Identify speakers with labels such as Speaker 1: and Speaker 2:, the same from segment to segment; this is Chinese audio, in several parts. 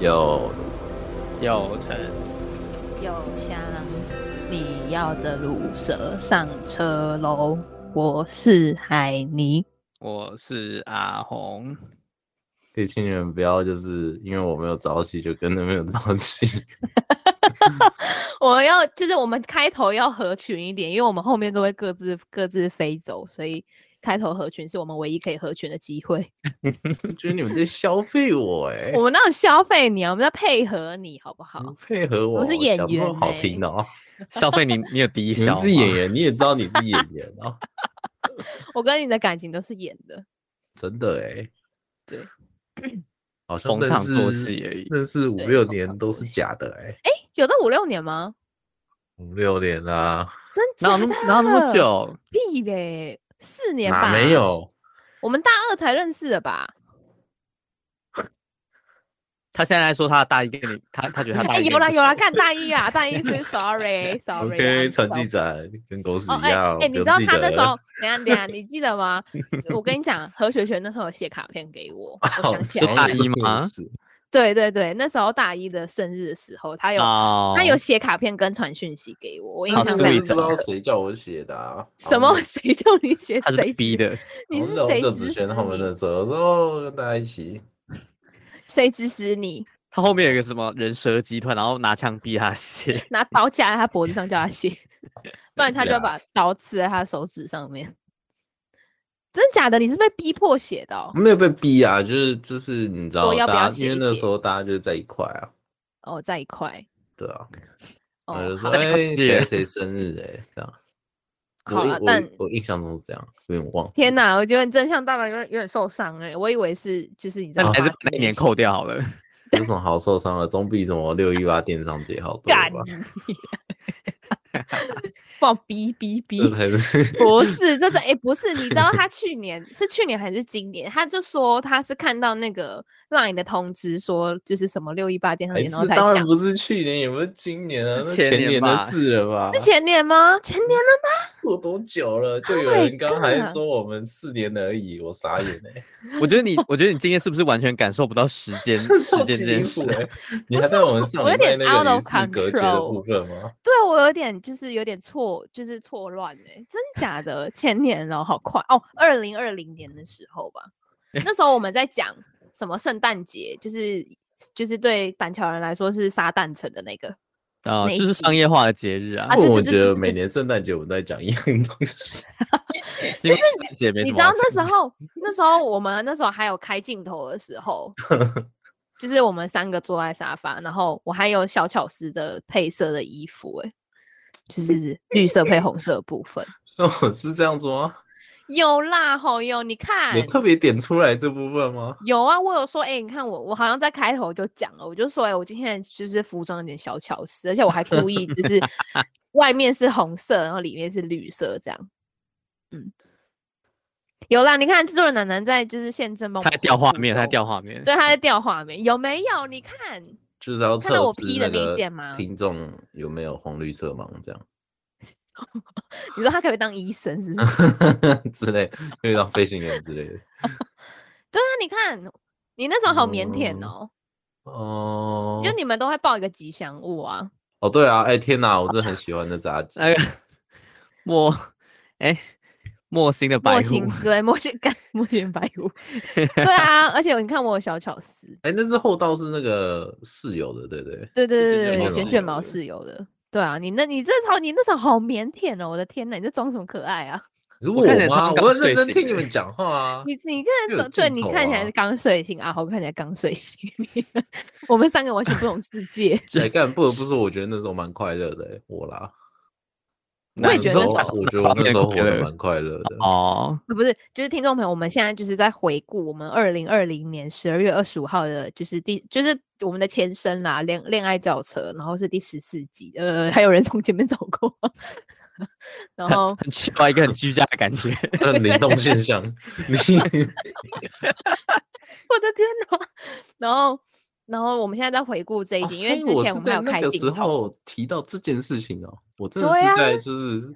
Speaker 1: 有
Speaker 2: 有成，
Speaker 3: 又香，你要的乳蛇上车喽！我是海尼，
Speaker 2: 我是阿 红。
Speaker 1: 可以请你们不要就是因为我没有早起就跟着没有早起。
Speaker 3: 我要就是我们开头要合群一点，因为我们后面都会各自各自飞走，所以开头合群是我们唯一可以合群的机会。
Speaker 1: 觉得你们在消费我哎、
Speaker 3: 我们那种消费你啊，我们在配合你好不好？
Speaker 1: 你配合我，
Speaker 3: 我是演
Speaker 1: 讲这么
Speaker 3: 员
Speaker 1: 好
Speaker 3: 欸
Speaker 1: 听的哦。
Speaker 2: 消费你，你有 低
Speaker 1: 你
Speaker 2: 消
Speaker 1: 们
Speaker 2: 吗？
Speaker 1: 是演 员，你也知道你是演员哦，
Speaker 3: 我跟你的感情都是演的，
Speaker 1: 真的哎、
Speaker 3: 对，
Speaker 1: 好像
Speaker 2: 逢场
Speaker 1: 认识
Speaker 2: 作戏而已。
Speaker 1: 认识五
Speaker 3: 对
Speaker 1: 六
Speaker 3: 逢
Speaker 1: 年
Speaker 3: 场
Speaker 1: 都
Speaker 3: 作
Speaker 1: 是
Speaker 3: 戏
Speaker 1: 假的哎、
Speaker 3: 有到五六年吗？
Speaker 1: 五六年啦、
Speaker 3: 真
Speaker 2: 哪有
Speaker 3: 假
Speaker 2: 那么
Speaker 3: 的？
Speaker 2: 哪有那么？久？
Speaker 3: 屁嘞，四年吧？
Speaker 1: 哪没，有？
Speaker 3: 我们大二才认识的吧？
Speaker 2: 他现在在说他的大一跟你，他他觉得他大
Speaker 3: 哎，
Speaker 2: 一跟你
Speaker 3: 有啦
Speaker 2: 不
Speaker 3: 有啦，
Speaker 2: 熟
Speaker 3: 干大一啊，大 一是 sorry sorry 啊。
Speaker 1: OK，
Speaker 3: 你知道
Speaker 1: 陈记展跟狗屎
Speaker 3: 哦，
Speaker 1: 一
Speaker 3: 哎
Speaker 1: 样，
Speaker 3: 哎，
Speaker 1: 不
Speaker 3: 你知
Speaker 1: 用
Speaker 3: 道
Speaker 1: 记
Speaker 3: 他那时
Speaker 1: 得
Speaker 3: 候，等一下等一下，你记 得吗？我跟你讲，何雪雪那时候有写卡片给我，我想起
Speaker 2: 哦是
Speaker 3: 来
Speaker 2: 大
Speaker 3: 了，
Speaker 2: 一吗？
Speaker 3: 对对对，那时候大一的生日的时候，他有
Speaker 2: 哦，
Speaker 3: 他有写卡片跟传讯息给我，我印
Speaker 2: 好
Speaker 1: 我
Speaker 3: 象
Speaker 1: 真
Speaker 2: 像
Speaker 1: 的
Speaker 2: 在
Speaker 1: 不
Speaker 3: 非
Speaker 1: 知道
Speaker 2: sweet 哦
Speaker 3: 常深刻。
Speaker 1: 谁叫我写的、啊，
Speaker 3: 什么？ 谁叫你写
Speaker 2: 他是
Speaker 3: 谁
Speaker 2: 被逼
Speaker 3: 指？
Speaker 2: 的，
Speaker 3: 你
Speaker 1: 我
Speaker 3: 是
Speaker 1: 那
Speaker 3: 谁
Speaker 1: 我
Speaker 3: 指
Speaker 1: 之
Speaker 3: 使
Speaker 1: 前他们
Speaker 3: 你
Speaker 1: 那？时候说跟大家一起，
Speaker 3: 谁指使你
Speaker 2: 他后面有一个什么人蛇集团，然后拿枪逼他写，
Speaker 3: 拿刀架在他脖子上叫 他写？不然他就要
Speaker 1: 对
Speaker 3: 把刀刺在他手指上面。真的假的？你是被逼迫写的、哦？
Speaker 1: 没有被逼啊，就是就是你知道
Speaker 3: 说要不要
Speaker 1: 大家，
Speaker 3: 写
Speaker 1: 因为
Speaker 3: 一
Speaker 1: 那
Speaker 3: 写
Speaker 1: 时候大家就是在一块啊，
Speaker 3: 哦，在一块。
Speaker 1: 对啊，
Speaker 3: 哦
Speaker 1: 然后，就说
Speaker 3: 好
Speaker 2: 在
Speaker 3: 啦
Speaker 2: 一
Speaker 1: 哎
Speaker 2: 起
Speaker 1: 谁谁生日哎、这样，
Speaker 3: 好
Speaker 1: 我印
Speaker 3: 了，
Speaker 1: 我
Speaker 3: 但
Speaker 1: 印我印象中是这样，有点忘记。
Speaker 3: 天哪，我觉得你真相大白有点有点受伤哎、我以为是哦就是你知
Speaker 2: 那
Speaker 3: 道
Speaker 2: 你
Speaker 3: 吗？
Speaker 2: 还是把那一年扣掉好了。
Speaker 1: 有什么好受伤的？总比什么六一八电商节好多了
Speaker 3: 干
Speaker 1: 吧？
Speaker 3: 你， 放逼逼逼
Speaker 1: 这！才是
Speaker 3: 不是，这是哎、不是，你知道他去年是去年还是今年？他就说他是看到那个 LINE 的通知，说就是什么六一八电商
Speaker 1: 哎，
Speaker 3: 节，然
Speaker 1: 这
Speaker 3: 后才
Speaker 1: 当然
Speaker 3: 想。
Speaker 1: 不是去年，也不是今年啊，
Speaker 2: 是
Speaker 1: 那
Speaker 2: 前
Speaker 1: 前
Speaker 2: 年
Speaker 1: 年的
Speaker 2: 吧
Speaker 1: 事了吧？
Speaker 3: 是前年吗？前年了
Speaker 1: 过多久了？就
Speaker 3: Oh
Speaker 1: 有
Speaker 3: my
Speaker 1: 人刚还
Speaker 3: god
Speaker 1: 说我们四年而已，我傻眼哎、
Speaker 2: 我觉得 你，我觉得你今天是不是完全感受不到时间时间这件事？
Speaker 1: 哎，你
Speaker 3: 欸不
Speaker 1: 还
Speaker 3: 是
Speaker 1: 在我们
Speaker 3: 我
Speaker 1: 上
Speaker 3: 我有
Speaker 1: 礼拜
Speaker 3: 点
Speaker 1: 那
Speaker 3: out
Speaker 1: 个与
Speaker 3: of
Speaker 1: 世隔绝的部
Speaker 3: control
Speaker 1: 分吗？
Speaker 3: 对我有点就是有点错，就是错乱哎、真假的？前年了，好快哦，二零二零年的时候吧，那时候我们在讲什么圣诞节，就是就是对板桥人来说是撒旦城的那个，
Speaker 2: 啊，
Speaker 3: 那一
Speaker 2: 就是
Speaker 3: 集
Speaker 2: 商业化的节日啊
Speaker 3: 啊，
Speaker 1: 不
Speaker 3: 对
Speaker 1: 过我
Speaker 3: 对对
Speaker 1: 觉得
Speaker 3: 对
Speaker 1: 每
Speaker 3: 对
Speaker 1: 年圣诞节我们都在讲一样东西，
Speaker 2: 就是姐没
Speaker 3: 你
Speaker 2: 什
Speaker 3: 知
Speaker 2: 么
Speaker 3: 道
Speaker 2: 好
Speaker 3: 那时
Speaker 2: 讲的
Speaker 3: 候那时候我们那时候还有开镜头的时候，就是我们三个坐在沙发，然后我还有小巧思的配色的衣服、欸，就是绿色配红色的部分，
Speaker 1: 那我哦是这样子吗？
Speaker 3: 有啦，吼有，你看
Speaker 1: 有特别点出来这部分吗？
Speaker 3: 有啊，我有说，哎、你看我，我好像在开头就讲了，我就说，哎、我今天就是服装有点小巧思，而且我 还故意就是外面是红色，然后里面是绿色，这样，嗯，有啦，你看制作人奶奶在就是现正帮我
Speaker 2: 他在调
Speaker 3: 控
Speaker 2: 画
Speaker 3: 制
Speaker 2: 面，他在
Speaker 3: 中，
Speaker 2: 调嗯画面。
Speaker 3: 对，他在调画面，有没有？你看
Speaker 1: 就是要
Speaker 3: 看到
Speaker 1: 测
Speaker 3: 我
Speaker 1: 试
Speaker 3: P 的
Speaker 1: 那
Speaker 3: 那一
Speaker 1: 个
Speaker 3: 件吗
Speaker 1: 听众有没有红绿色盲这
Speaker 3: 你说他可不可以当医生？是不 是？
Speaker 1: 样 之类，遇到飞行员之 类的。
Speaker 3: 对啊，你看你那时候好腼腆
Speaker 1: 嗯
Speaker 3: 哦，
Speaker 1: 哦，
Speaker 3: 就你们都会抱一个吉祥物啊，
Speaker 1: 哦对啊，哎、天哪，我真的很喜欢那杂 技。
Speaker 2: 那个莫，哎，莫星的白
Speaker 3: 莫
Speaker 2: 虎
Speaker 3: 心，对，莫心干 莫心白虎，对啊，而且你看我有小巧思。
Speaker 1: 哎、那是后道是那个室友的，对不对？
Speaker 3: 对对对
Speaker 1: 卷
Speaker 3: 对
Speaker 1: 毛
Speaker 3: 对，卷
Speaker 1: 室
Speaker 3: 卷
Speaker 1: 友
Speaker 3: 毛
Speaker 1: 的
Speaker 3: 室友的。对啊，你那你这超你那时候好腼腆哦，我的天呐，你在装什么可爱啊？
Speaker 1: 如
Speaker 2: 我
Speaker 1: 果
Speaker 2: 看起来
Speaker 1: 我
Speaker 2: 像
Speaker 1: 妈，
Speaker 2: 刚
Speaker 1: 我认
Speaker 2: 睡
Speaker 1: 真
Speaker 2: 醒
Speaker 1: 听
Speaker 2: 的
Speaker 1: 你们
Speaker 2: 人
Speaker 1: 讲话啊。
Speaker 3: 你你
Speaker 1: 又
Speaker 3: 这
Speaker 1: 有
Speaker 3: 走对
Speaker 1: 镜
Speaker 3: 你
Speaker 1: 头
Speaker 3: 看起来
Speaker 1: 啊
Speaker 3: 是刚睡醒啊，我看起来刚睡醒， 我们三个完全不同世 界。
Speaker 1: 哎，干不得不 说，我觉得那时候蛮快乐的、欸，我啦。
Speaker 3: 我也
Speaker 1: 那
Speaker 3: 觉
Speaker 1: 时
Speaker 3: 得
Speaker 1: 候
Speaker 3: 那
Speaker 2: 时候
Speaker 1: 我觉得我
Speaker 2: 方
Speaker 1: 那
Speaker 2: 面
Speaker 1: 时候活
Speaker 2: 快
Speaker 1: 得
Speaker 2: 乐
Speaker 1: 蛮快乐的。
Speaker 2: 哦，
Speaker 3: 呃不是，就是听众朋友，我们现在就是在回顾我们二零二零年十二月二十五号的，就是第就是我们的前身啦，恋恋爱轿车，然后是第十四集，呃，还有人从前面走过， 然后
Speaker 2: 很奇怪，一个很居家的感 觉。
Speaker 3: 哦
Speaker 1: 那灵动现象，你
Speaker 3: 我的天呐，然后，然后我们现在在回顾这一
Speaker 1: 哦
Speaker 3: 集，
Speaker 1: 所
Speaker 3: 因为
Speaker 1: 以
Speaker 3: 之
Speaker 1: 我
Speaker 3: 前
Speaker 1: 是在
Speaker 3: 我们还有
Speaker 1: 那
Speaker 3: 开
Speaker 1: 个
Speaker 3: 镜
Speaker 1: 时
Speaker 3: 头，
Speaker 1: 候提到这件事情哦，我真的
Speaker 3: 对
Speaker 1: 是
Speaker 3: 啊
Speaker 1: 在就是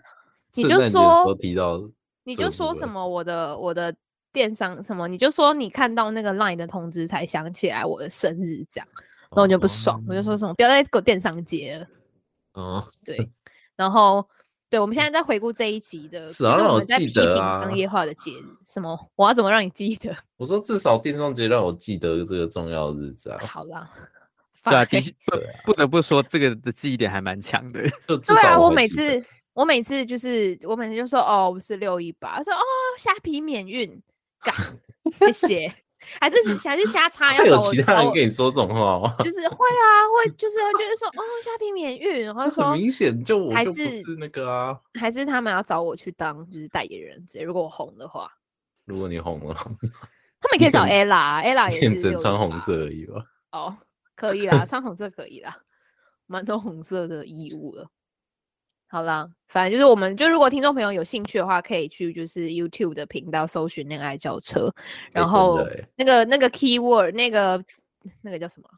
Speaker 3: 你
Speaker 1: 圣
Speaker 3: 就
Speaker 1: 诞节的时候
Speaker 3: 说
Speaker 1: 提到
Speaker 3: 你
Speaker 1: 这
Speaker 3: 就
Speaker 1: 个部
Speaker 3: 说什
Speaker 1: 分
Speaker 3: 么我的我的电商什么，你就说你看到那个 LINE 的通知才想起来我的生日这样，那我就
Speaker 1: 哦
Speaker 3: 不爽，我就说什么不要再给我电商街了。
Speaker 1: 嗯
Speaker 2: 哦，
Speaker 3: 对， 然后对，我们现在在回顾这一集的，
Speaker 1: 是
Speaker 3: 就
Speaker 1: 啊
Speaker 3: 是
Speaker 1: 让
Speaker 3: 我
Speaker 1: 我
Speaker 3: 们在
Speaker 1: 记
Speaker 3: 批评
Speaker 1: 得啊
Speaker 3: 商业化的节日。什么？我要怎么让你记得？
Speaker 1: 我说至少电商节让我记得这个重要的日子啊，
Speaker 3: 好啦，
Speaker 2: 对啊，
Speaker 3: fine
Speaker 2: 的确不
Speaker 1: 对
Speaker 2: 不得不说，这个的记忆点还蛮强的。
Speaker 1: 就至
Speaker 3: 对啊，
Speaker 1: 少
Speaker 3: 我
Speaker 1: 会
Speaker 3: 每
Speaker 1: 记得
Speaker 3: 次我每次就是我每次就说哦，我是六一八，他说哦虾皮免运， 嘎，谢谢，还是还是瞎插，要
Speaker 1: 会有
Speaker 3: 找我
Speaker 1: 其
Speaker 3: 找
Speaker 1: 他人
Speaker 3: 我
Speaker 1: 跟你说这种话吗？
Speaker 3: 就是会啊，会就是会觉得说哦虾皮免运，然后
Speaker 1: 那
Speaker 3: 说
Speaker 1: 很明显，就我
Speaker 3: 还
Speaker 1: 就不
Speaker 3: 是
Speaker 1: 是那个啊。
Speaker 3: 还是他们要找我去当就是代言人之类，如果我红的话，
Speaker 1: 如果你红了，
Speaker 3: 他们也可以找
Speaker 1: 变
Speaker 3: ella，ella 也
Speaker 1: 变
Speaker 3: 是
Speaker 1: 成
Speaker 3: 618
Speaker 1: 穿红色而已吧。
Speaker 3: 哦，可以啦，穿红色可以啦，蛮多红色的衣物了。好啦，反正就是我们，就如果听众朋友有兴趣的话，可以去就是 YouTube 的频道搜寻“恋爱轿车”，
Speaker 1: 哎真
Speaker 3: 然
Speaker 1: 的
Speaker 3: 后
Speaker 1: 哎
Speaker 3: 那个那个 keyword 那个那个叫什么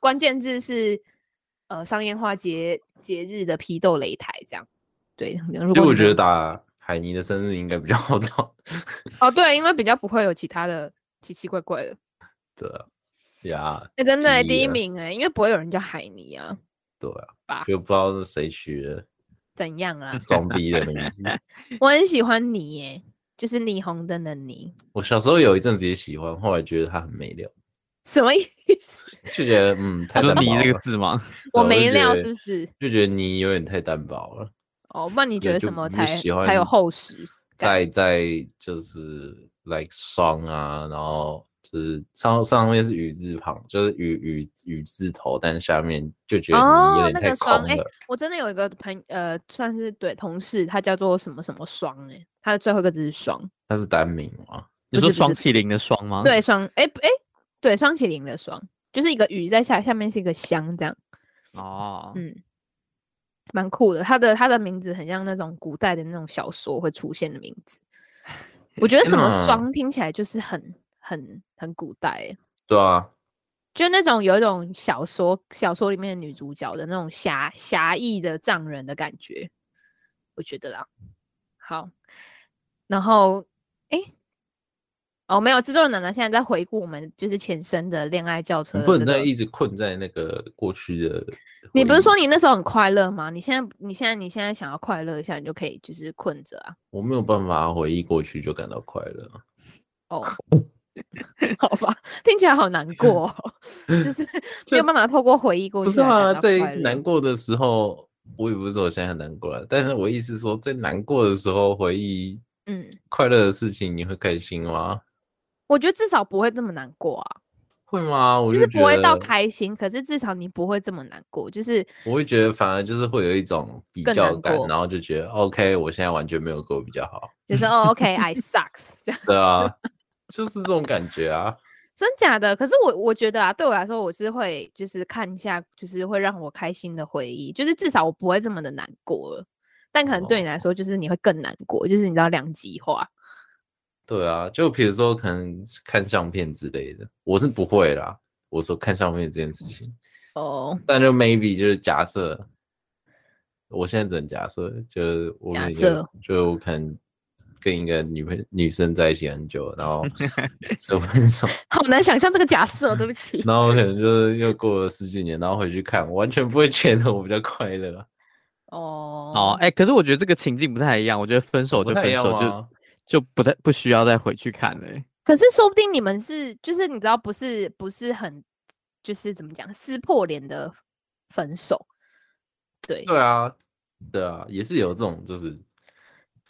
Speaker 3: 关键字是呃商业化节节日的批斗擂台这样。对，如
Speaker 1: 其实
Speaker 3: 果
Speaker 1: 我
Speaker 3: 你
Speaker 1: 觉
Speaker 3: 们
Speaker 1: 得打海尼的生日应该比较好找。
Speaker 3: 哦对，因为比较不会有其他的奇奇怪怪的。
Speaker 1: 对啊呀，
Speaker 3: 哎、真的、欸、
Speaker 1: 第
Speaker 3: 第
Speaker 1: 一
Speaker 3: 一
Speaker 1: 啊
Speaker 3: 名哎、因为不会有人叫海尼啊，
Speaker 1: 对啊
Speaker 3: 吧，
Speaker 1: 就不知道是谁取的
Speaker 3: 怎样啊？
Speaker 1: 装逼的名字。
Speaker 3: 我很喜欢你耶，就是霓虹灯的你，
Speaker 1: 我小时候有一阵子也喜欢，后来觉得他很没料，
Speaker 3: 什么意思？
Speaker 1: 就觉得嗯太
Speaker 2: 你说
Speaker 1: 单
Speaker 2: “你
Speaker 1: 薄”
Speaker 2: 这个
Speaker 1: 了。
Speaker 2: 字吗？
Speaker 3: 我
Speaker 1: 对
Speaker 3: 没
Speaker 1: 就觉
Speaker 3: 料
Speaker 1: 得
Speaker 3: 是不是？
Speaker 1: 就觉得你有点太单薄了，
Speaker 3: 哦，不然你
Speaker 1: 对
Speaker 3: 觉得
Speaker 1: 就
Speaker 3: 什么
Speaker 1: 不
Speaker 3: 才
Speaker 1: 喜欢
Speaker 3: 才有厚实感？
Speaker 1: 在在就是 like 双啊，然后就是上上面是雨字旁，就是雨雨雨字头，但下面就觉得你
Speaker 3: 哦
Speaker 1: 有
Speaker 3: 那
Speaker 1: 点
Speaker 3: 个
Speaker 1: 太空
Speaker 3: 双哎
Speaker 1: 了。
Speaker 3: 我真的有一个朋呃，算是对同事，他叫做什么什么双哎、他的最后一个字是双，
Speaker 1: 它是单名吗？
Speaker 2: 你
Speaker 3: 不
Speaker 2: 说
Speaker 3: 是不是
Speaker 2: 双
Speaker 3: 不
Speaker 2: 麒麟的双吗？
Speaker 3: 对双哎哎对双麒麟的双，就是一个雨在下下面是一个香这样，
Speaker 2: 哦，
Speaker 3: 嗯，蛮酷的。他的他的名字很像那种古代的那种小说会出现的名字。我觉得
Speaker 1: 天
Speaker 3: 什么
Speaker 1: 哪
Speaker 3: 双听起来就是很很很古代欸，
Speaker 1: 对啊，
Speaker 3: 就那种有一种小说小说里面的女主角的那种侠侠义的丈人的感觉，我觉得啦。好，然后诶，哦没有，制作人奶奶现在在回顾我们就是前身的恋爱轿车
Speaker 1: 你
Speaker 3: 的
Speaker 1: 不
Speaker 3: 这
Speaker 1: 能再
Speaker 3: 个。
Speaker 1: 一直困在那个过去的。
Speaker 3: 你不是说你那时候很快乐吗？你现在你现在你现在想要快乐一下，你就可以就是困着啊。
Speaker 1: 我没有办法回忆过去就感到快乐？啊
Speaker 3: 哦， 好吧，听起来好难过、哦， 就是没有办法透过回忆过
Speaker 1: 不
Speaker 3: 去
Speaker 1: 是
Speaker 3: 来
Speaker 1: 啊，
Speaker 3: 感到快乐。
Speaker 1: 在难过的时候，我也不是说我现在很难过了，但是我意思是说，在难过的时候回忆
Speaker 3: 嗯，
Speaker 1: 快乐的事情，你会开心吗？
Speaker 3: 我觉得至少不会这么难过啊，
Speaker 1: 会吗？我
Speaker 3: 就是
Speaker 1: 觉
Speaker 3: 不会到
Speaker 1: 得
Speaker 3: 开心，可是至少你不会这么难过，就是
Speaker 1: 我会觉得反而就是会有一种比
Speaker 3: 更
Speaker 1: 较
Speaker 3: 难
Speaker 1: 感
Speaker 3: 过，
Speaker 1: 然后就觉得 OK，我现在完全没有过比较好，
Speaker 3: 就是哦，OK，I、sucks 这样，
Speaker 1: 对 啊，就是这种感觉啊。
Speaker 3: 真假的？可是我我觉得啊，对我来说，我是会就是看一下，就是会让我开心的回忆，就是至少我不会这么的难过了。但可能对你
Speaker 1: 哦
Speaker 3: 来说，就是你会更难过，就是你知道两极化。
Speaker 1: 对啊，就比如说可能看相片之类的，我是不会啦。我说看相片这件事情，
Speaker 3: 哦，
Speaker 1: 但就 maybe 就是假设，我现在只能假设，就是我
Speaker 3: 假
Speaker 1: 跟一个
Speaker 3: 设
Speaker 1: 就我可能跟一个女朋女生在一起很久，然 后就分手，
Speaker 3: 好难想象这个假设，对 不起。
Speaker 1: 然后可能就是又过了十几年，然后回去看，完全不会觉得我比较快乐啊。
Speaker 3: 哦，
Speaker 2: 哦，哎、可是我觉得这个情境不太一样。我觉得分手
Speaker 1: 哦不
Speaker 2: 就
Speaker 1: 太一啊
Speaker 2: 分
Speaker 1: 样
Speaker 2: 手，就
Speaker 1: 吗
Speaker 2: 就不太不需要再回去看了欸、
Speaker 3: 可是说不定你们是，就是你知道，不是不是很，就是怎么讲，撕破脸的分手。对
Speaker 1: 对啊，对啊，也是有这种就是。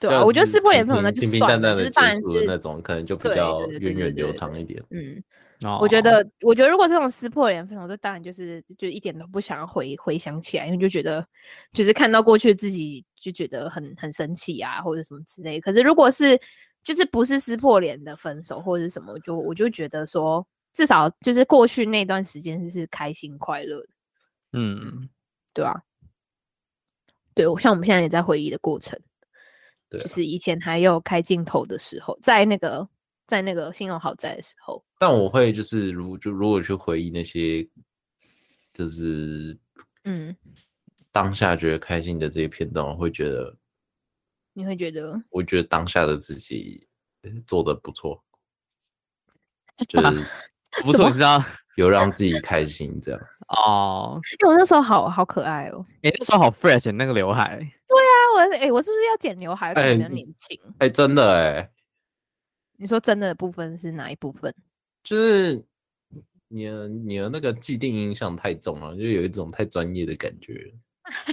Speaker 3: 对啊，
Speaker 1: 就
Speaker 3: 我觉得
Speaker 1: 是
Speaker 3: 撕破脸
Speaker 1: 平
Speaker 3: 分手那
Speaker 1: 平
Speaker 3: 就
Speaker 1: 平平
Speaker 3: 算
Speaker 1: 淡
Speaker 3: 了，
Speaker 1: 淡的
Speaker 3: 就是当然
Speaker 1: 结
Speaker 3: 是
Speaker 1: 束的那种，可能就比
Speaker 3: 对
Speaker 1: 较
Speaker 3: 对对
Speaker 1: 源
Speaker 3: 对对
Speaker 1: 远
Speaker 3: 对
Speaker 1: 流
Speaker 3: 对
Speaker 1: 长一点。
Speaker 3: 嗯，
Speaker 2: 哦，
Speaker 3: 我觉得，我觉得如果这种撕破脸分手，这当然就是就一点都不想要回回想起来，因为就觉得就是看到过去自己就觉得很很生气啊，或者什么之类。可是如果是就是不是撕破脸的分手或者是什么，就我就觉得说，至少就是过去那段时间是开心快乐的，
Speaker 2: 嗯，
Speaker 3: 对啊。对，我像我们现在也在回忆的过程，
Speaker 1: 对
Speaker 3: 就
Speaker 1: 啊
Speaker 3: 是以前还有开镜头的时候，在那个在那个信用豪宅的时候，
Speaker 1: 但我会就是如就如果去回忆那些，就是
Speaker 3: 嗯，
Speaker 1: 当下觉得开心的这些片段，我会觉得，
Speaker 3: 你会觉得
Speaker 1: 我觉 得当下的自己呃做的不错，就是
Speaker 2: 不错，你知道
Speaker 1: 有让自己开心这样。
Speaker 2: 哦。
Speaker 3: 因为我那时候好好可爱哦。
Speaker 2: 哎、那时候好 fresh，那个刘海，
Speaker 3: 那我哎、诶我是不是要剪刘海？感觉
Speaker 1: 哎
Speaker 3: 比较年轻。
Speaker 1: 哎、真的哎、
Speaker 3: 你说真的部分是哪一部分？
Speaker 1: 就是你的你的那个既定印象太重了，就有一种太专业的感觉，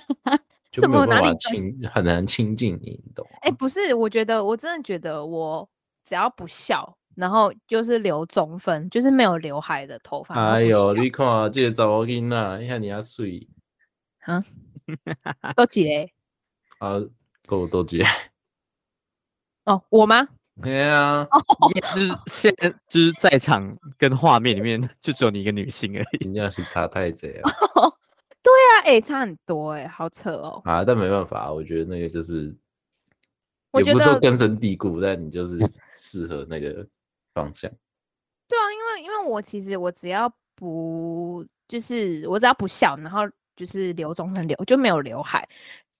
Speaker 1: 就
Speaker 3: 怎
Speaker 1: 没有
Speaker 3: 么哪
Speaker 1: 办法
Speaker 3: 里专
Speaker 1: 亲，很难亲近你，你懂吗？
Speaker 3: 哎、不是，我觉得我真的觉得我只要不笑，然后就是留中分，就是没有刘海的头发。然后
Speaker 1: 哎
Speaker 3: 不
Speaker 1: 呦，
Speaker 3: 笑
Speaker 1: 你看这个查某囡仔，你看你遐水
Speaker 3: 都几嘞？
Speaker 1: 啊，够多 绝。
Speaker 3: 哦，我吗？
Speaker 1: 哎呀，
Speaker 3: 哦
Speaker 2: 就是现在就是在场跟画面里面就只有你一个女性 而已。
Speaker 1: 真正是差太济啊！
Speaker 3: 对啊，哎、差很多哎、好扯哦。
Speaker 1: 啊，但没办法，我觉得那个就是，
Speaker 3: 我
Speaker 1: 也
Speaker 3: 觉
Speaker 1: 不是说
Speaker 3: 得
Speaker 1: 根深蒂固，但你就是适合那个方向。
Speaker 3: 对啊，因为因为我其实我只要不就是我只要不笑，然后就是留中分留就没有刘海，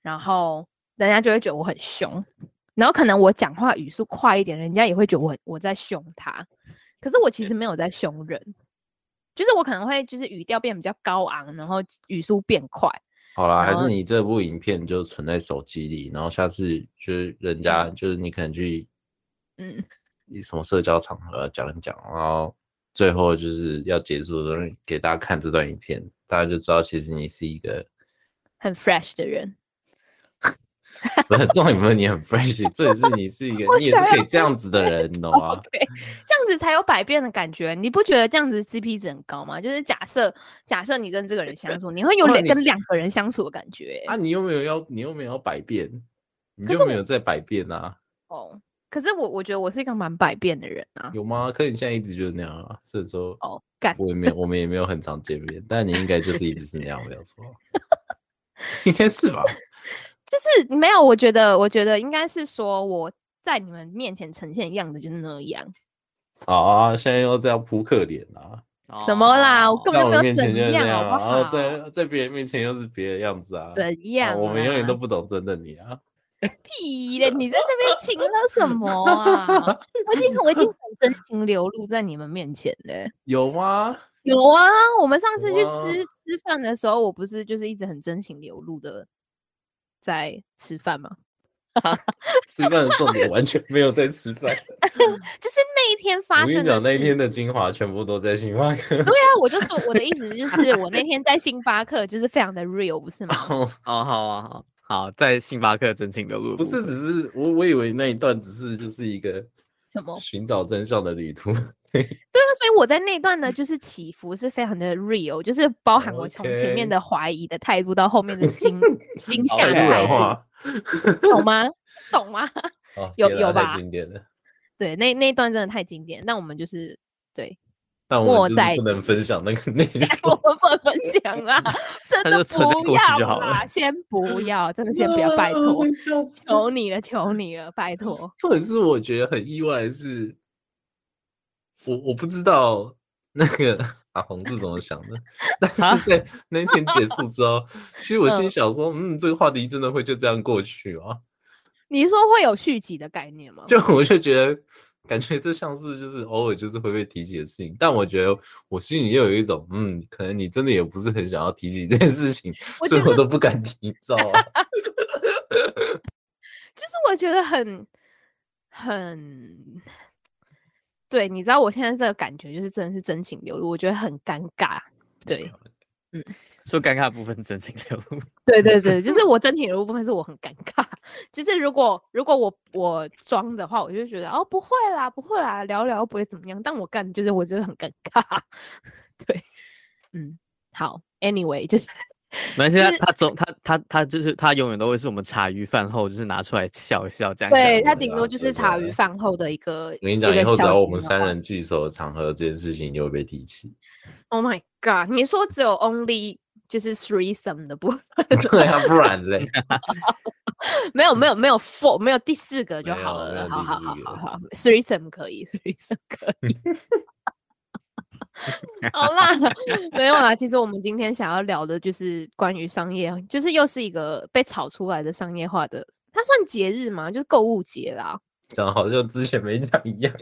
Speaker 3: 然后人家就会觉得我很凶，然后可能我讲话语速快一点，人家也会觉得我我在凶他，可是我其实没有在凶人，就是我可能会就是语调变比较高昂，然后语速变快，
Speaker 1: 好啦，还
Speaker 3: 然
Speaker 1: 是
Speaker 3: 后
Speaker 1: 你这部影片就存在手机里，然后下次就是人家就是你可能去
Speaker 3: 嗯，
Speaker 1: 什么社交场合啊讲一讲，然后最后就是要结束的时候给大家看这段影片，大家就知道其实你是一个
Speaker 3: 很 fresh 的人。
Speaker 1: 不是重点，不是你很 fresh，重点是你是一个
Speaker 3: 我
Speaker 1: 你也是
Speaker 3: 想
Speaker 1: 可以
Speaker 3: 要
Speaker 1: 这样子的人，你懂吗
Speaker 3: 哦 OK，？这样子才有百变的感觉，你不觉得这样子 CP 值很高吗？就是假设假设你跟这个人相处，你会有
Speaker 1: 不然
Speaker 3: 两
Speaker 1: 哦你
Speaker 3: 跟两个人相处的感觉、
Speaker 1: 啊，你又没有要，你又没有要百变，你
Speaker 3: 可
Speaker 1: 就是没有在百变啊？
Speaker 3: 哦。可是我我觉得我是一个蛮百变的人啊。
Speaker 1: 有吗？可是你现在一直就是那样啊，所以说
Speaker 3: 哦，干，
Speaker 1: 我也没有，我们也没有很常见面，但你应该就是一直是那样，没有错， 应该是吧？
Speaker 3: 就是没有，我觉得我觉得应该是说我在你们面前呈现的样子就是那样，
Speaker 1: 啊，现在又这样扑克脸啊，
Speaker 3: 怎么啦
Speaker 2: 哦
Speaker 3: 我根
Speaker 1: 在
Speaker 3: 本就
Speaker 1: 我
Speaker 3: 没有
Speaker 1: 们面前
Speaker 3: 怎
Speaker 1: 就是那
Speaker 3: 样
Speaker 1: 样
Speaker 3: 好
Speaker 1: 啊，
Speaker 3: 不
Speaker 1: 然后
Speaker 3: 好
Speaker 1: 在在别人面前又是别的样子啊，
Speaker 3: 怎
Speaker 1: 啊
Speaker 3: 样、
Speaker 1: 我们永远都不懂真的你啊，
Speaker 3: 屁嘞！你在那边情了什么 啊？我已经我已经很真情流露在你们面前嘞。
Speaker 1: 有吗？
Speaker 3: 有啊，我们上次去
Speaker 1: 有啊
Speaker 3: 吃吃饭的时候，我不是就是一直很真情流露的在吃饭吗？
Speaker 1: 吃饭的重点完全没有在吃饭，
Speaker 3: 就是那一天 发
Speaker 1: 我跟
Speaker 3: 生
Speaker 1: 你
Speaker 3: 的
Speaker 1: 讲，
Speaker 3: 事。
Speaker 1: 那一天的精华全部都在星巴 克。
Speaker 3: 对啊，我就说我的意思就是，我那天在星巴克就是非常的 real，不 是吗？
Speaker 1: 哦，
Speaker 2: 哦，好啊，好，好，在星巴克真情流露的
Speaker 1: 不
Speaker 2: 部分，
Speaker 1: 是，只是我我以为那一段只是就是一个
Speaker 3: 什么？
Speaker 1: 寻找真相的旅途。
Speaker 3: 对啊，所以我在那段呢，就是起伏是非常的 real，就是包含我从前
Speaker 1: OK
Speaker 3: 面的怀疑的态度到后面的 惊惊
Speaker 1: 好
Speaker 3: 吓的
Speaker 1: 态度软化，
Speaker 3: 态度，懂吗？懂吗？
Speaker 1: 哦
Speaker 3: 有
Speaker 1: 天啊
Speaker 3: 有
Speaker 1: 太
Speaker 3: 吧
Speaker 1: 经典了。
Speaker 3: 对，那那一段真的太经典，那我们就是对，
Speaker 1: 但我
Speaker 3: 莫
Speaker 1: 们就
Speaker 3: 再
Speaker 1: 是不能分享那个内
Speaker 3: 我
Speaker 1: 容。
Speaker 3: 们不能分享啦，真
Speaker 2: 那
Speaker 3: 的
Speaker 2: 就存在
Speaker 3: 不
Speaker 2: 故事就
Speaker 3: 要
Speaker 2: 好了
Speaker 3: 啦，先不要，真的先不要，拜 托，哦
Speaker 1: 笑死
Speaker 3: 求你了，求你了，拜托。
Speaker 1: 重点是我觉得很意外的是，我我不知道那个阿红是怎么想的， 但是在那天结束之 后，其实我心
Speaker 3: 啊嗯
Speaker 1: 想说，嗯，这个话题真的会就这样过去吗？
Speaker 3: 你说会有续集的概念吗？
Speaker 1: 就我就觉得，感觉这像是就是偶尔就是会被提起的事情，但我觉得我心里又有一种，嗯，可能你真的也不是很想要提起这件事情，
Speaker 3: 我
Speaker 1: 所以
Speaker 3: 觉
Speaker 1: 我
Speaker 3: 得
Speaker 1: 都不敢提，你知道吗？
Speaker 3: 就是我觉得很很，对，你知道我现在这个感觉就是真的是真情流露，我觉得很尴尬。 对，
Speaker 2: 说尴尬的部分真情流露，
Speaker 3: 对对对，就是我真情流露部分是我很尴尬。就是如果如果我我装的话，我就觉得哦不会啦，不会啦，聊聊不会怎么样。但我干就是我真的很尴尬。 对，嗯，好，anyway，就是
Speaker 2: 反正现在
Speaker 3: 就是
Speaker 2: 他总他他他就是他永远都会是我们茶余饭后就是拿出来笑一笑这样。
Speaker 3: 对
Speaker 1: 子
Speaker 3: 他
Speaker 1: 的
Speaker 2: 啊
Speaker 3: 顶
Speaker 1: 啦
Speaker 3: 多就是
Speaker 1: 对
Speaker 3: 茶
Speaker 1: 对
Speaker 3: 余饭后的一个。
Speaker 1: 我跟你
Speaker 3: 这
Speaker 1: 讲，以
Speaker 3: 个
Speaker 1: 后只
Speaker 3: 小
Speaker 1: 要我
Speaker 3: 型
Speaker 1: 们
Speaker 3: 的
Speaker 1: 三
Speaker 3: 话
Speaker 1: 人聚首的场合，这件事情就会被提 起。
Speaker 3: ，Oh my god！你说只有 only 就是 threesome 的部分
Speaker 1: 对啊，不然嘞，
Speaker 3: 没有没有没有 four 没有第四个就
Speaker 1: 嗯没
Speaker 3: 好
Speaker 1: 有没
Speaker 3: 了，
Speaker 1: 有
Speaker 3: 好
Speaker 1: 第
Speaker 3: 好
Speaker 1: 四
Speaker 3: 好
Speaker 1: 个
Speaker 3: 好好，threesome 可以，threesome 可 以。好啦，没有啦。其实我们今天想要聊的就是关于商业，就是又是一个被炒出来的商业化的，它算节日吗？就是购物节啦。
Speaker 1: 讲好像之前没讲一样。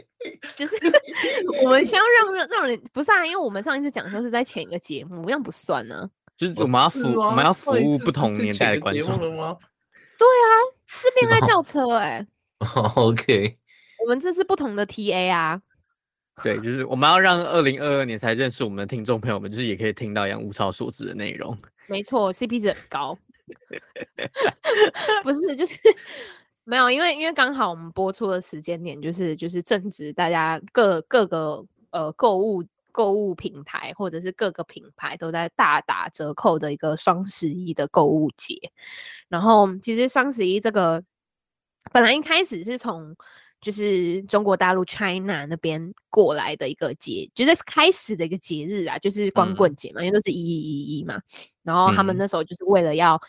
Speaker 3: 就是 我们先要让让让人不是啊，因为我们上一次讲的时候是在前一个节目，这样不算啊呢、
Speaker 2: 就是
Speaker 1: 哦
Speaker 2: 我们要
Speaker 1: 是
Speaker 2: 服
Speaker 1: 吗
Speaker 2: 我们要服
Speaker 1: 上一
Speaker 2: 务
Speaker 1: 次
Speaker 2: 不
Speaker 1: 是
Speaker 2: 同
Speaker 1: 最
Speaker 2: 年
Speaker 1: 前
Speaker 2: 代的
Speaker 1: 个
Speaker 2: 观
Speaker 1: 节目
Speaker 2: 众。
Speaker 1: 了 吗
Speaker 3: 对啊，是恋
Speaker 1: 哦
Speaker 3: 爱轿车哎、
Speaker 1: ？OK，
Speaker 3: 我们这是不同的 TA 啊。
Speaker 2: 对，就是我们要让二零二二年才认识我们的听众朋友们，就是也可以听到一样物超所值的内容。
Speaker 3: 没错，CP 值很高，不是就是没有，因为因为刚好我们播出的时间点就是就是正值大家各各个呃购物购物平台或者是各个品牌都在大打折扣的一个双十一的购物节，然后其实双十一这个本来一开始是从就是中国大陆 China 那边过来的一个节，就是开始的一个节日啊，就是光
Speaker 2: 嗯
Speaker 3: 棍节嘛，因为都是一一一一嘛，然后他们
Speaker 2: 嗯
Speaker 3: 那时候就是为了要，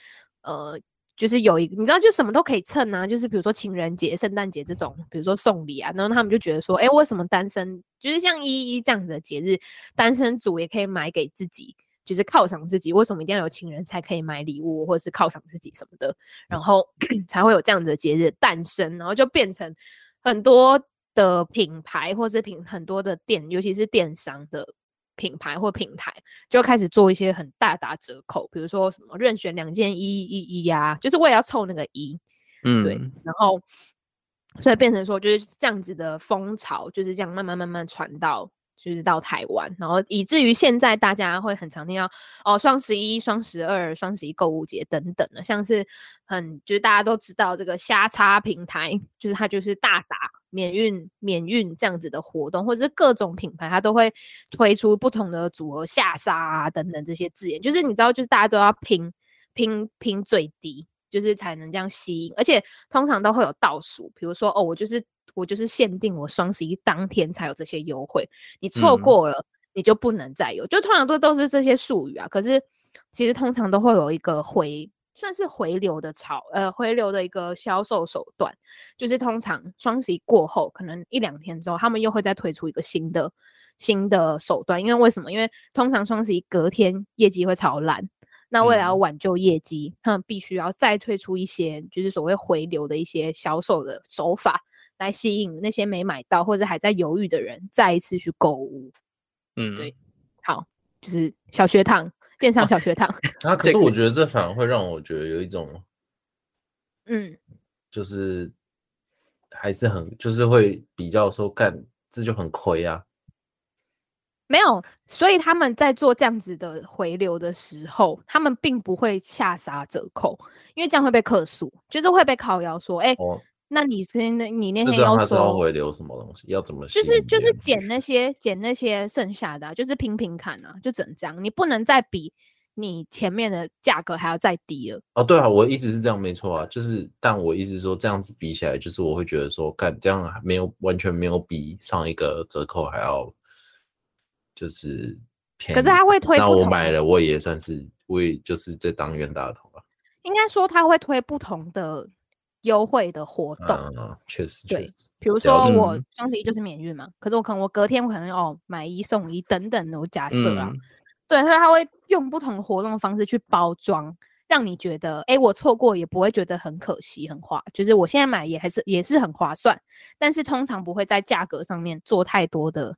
Speaker 3: 呃，就是有一你知道，就什么都可以蹭啊，就是比如说情人节、圣诞节这种，比如说送礼啊，然后他们就觉得说，哎，为什么单身就是像一一这样子的节日，单身族也可以买给自己，就是犒赏自己，为什么一定要有情人才可以买礼物，或者是犒赏自己什么的，然后 才会有这样子的节日的诞生，然后就变成很多的品牌或是品很多的店，尤其是电商的品牌或平台，就开始做一些很大打折扣，比如说什么任选两件一一一呀，就是为了要凑那个一，
Speaker 2: 嗯，
Speaker 3: 对然后所以变成说就是这样子的风潮，就是这样慢慢慢慢传到。就是到台湾，然后以至于现在大家会很常听到哦，双十一、双十二、双十一购物节等等的，像是很就是大家都知道这个虾叉平台，就是它就是大打免运免运这样子的活动，或者是各种品牌它都会推出不同的组合下杀啊等等这些字眼，就是你知道，就是大家都要拼拼拼最低，就是才能这样吸引，而且通常都会有倒数，比如说哦，我就是我就是限定我双十一当天才有这些优惠，你错
Speaker 2: 嗯
Speaker 3: 过了、你就不能再有，就通常都都是这些术语啊，可是其实通常都会有一个回。算是回流的潮，呃，回流的一个销售手段，就是通常双十一过后，可能一两天之后，他们又会再推出一个新的新的手段。因为为什么？因为通常双十一隔天业绩会超烂，那为了要
Speaker 2: 嗯
Speaker 3: 挽救业绩，他们必须要再推出一些就是所谓回流的一些销售的手法，来吸引那些没买到或者还在犹豫的人再一次去购物。
Speaker 2: 嗯，
Speaker 3: 对好，就是小学堂电商小学堂，
Speaker 1: 啊，可
Speaker 2: 这
Speaker 1: 是
Speaker 2: 个
Speaker 1: 我觉得这反而会让我觉得有一种，
Speaker 3: 嗯，
Speaker 1: 就是还是很，就是会比较说干这就很亏啊。
Speaker 3: 没有，所以他们在做这样子的回流的时候，他们并不会下杀折扣，因为这样会被客诉，就是会被靠谣说，哎、
Speaker 1: 哦，
Speaker 3: 那你真的你那
Speaker 1: 就
Speaker 3: 天
Speaker 1: 知道
Speaker 3: 要
Speaker 1: 他知道
Speaker 3: 收，
Speaker 1: 回流什么东西，要怎么
Speaker 3: 就
Speaker 1: 吸
Speaker 3: 是
Speaker 1: 引
Speaker 3: 就是
Speaker 1: 别人
Speaker 3: 捡那些捡那些剩下的啊、就是拼拼看啊，就只能这样，你不能再比你前面的价格还要再低了。
Speaker 1: 哦，对啊，我的意思是这样，没错啊，就是，但我意思是说这样子比起来，就是我会觉得说，干这样还没有完全没有比上一个折扣还要，就是便宜。
Speaker 3: 可是他会推
Speaker 1: 那
Speaker 3: 不
Speaker 1: 我
Speaker 3: 同
Speaker 1: 买了，我也算是，我也就是在当冤大头啊。
Speaker 3: 应该说他会推不同的优惠的活动，
Speaker 1: 嗯，确实，确
Speaker 3: 对
Speaker 1: 实，
Speaker 3: 比如
Speaker 1: 了
Speaker 3: 说我
Speaker 2: 解嗯
Speaker 3: 双十一就是免运嘛，可是我可能我隔天我可能哦买一送一等等的，我假设啊，
Speaker 2: 嗯
Speaker 3: 对，所以他会用不同活动的方式去包装，让你觉得哎、诶我错过也不会觉得很可惜、很划，就是我现在买也还是也是很划算，但是通常不会在价格上面做太多的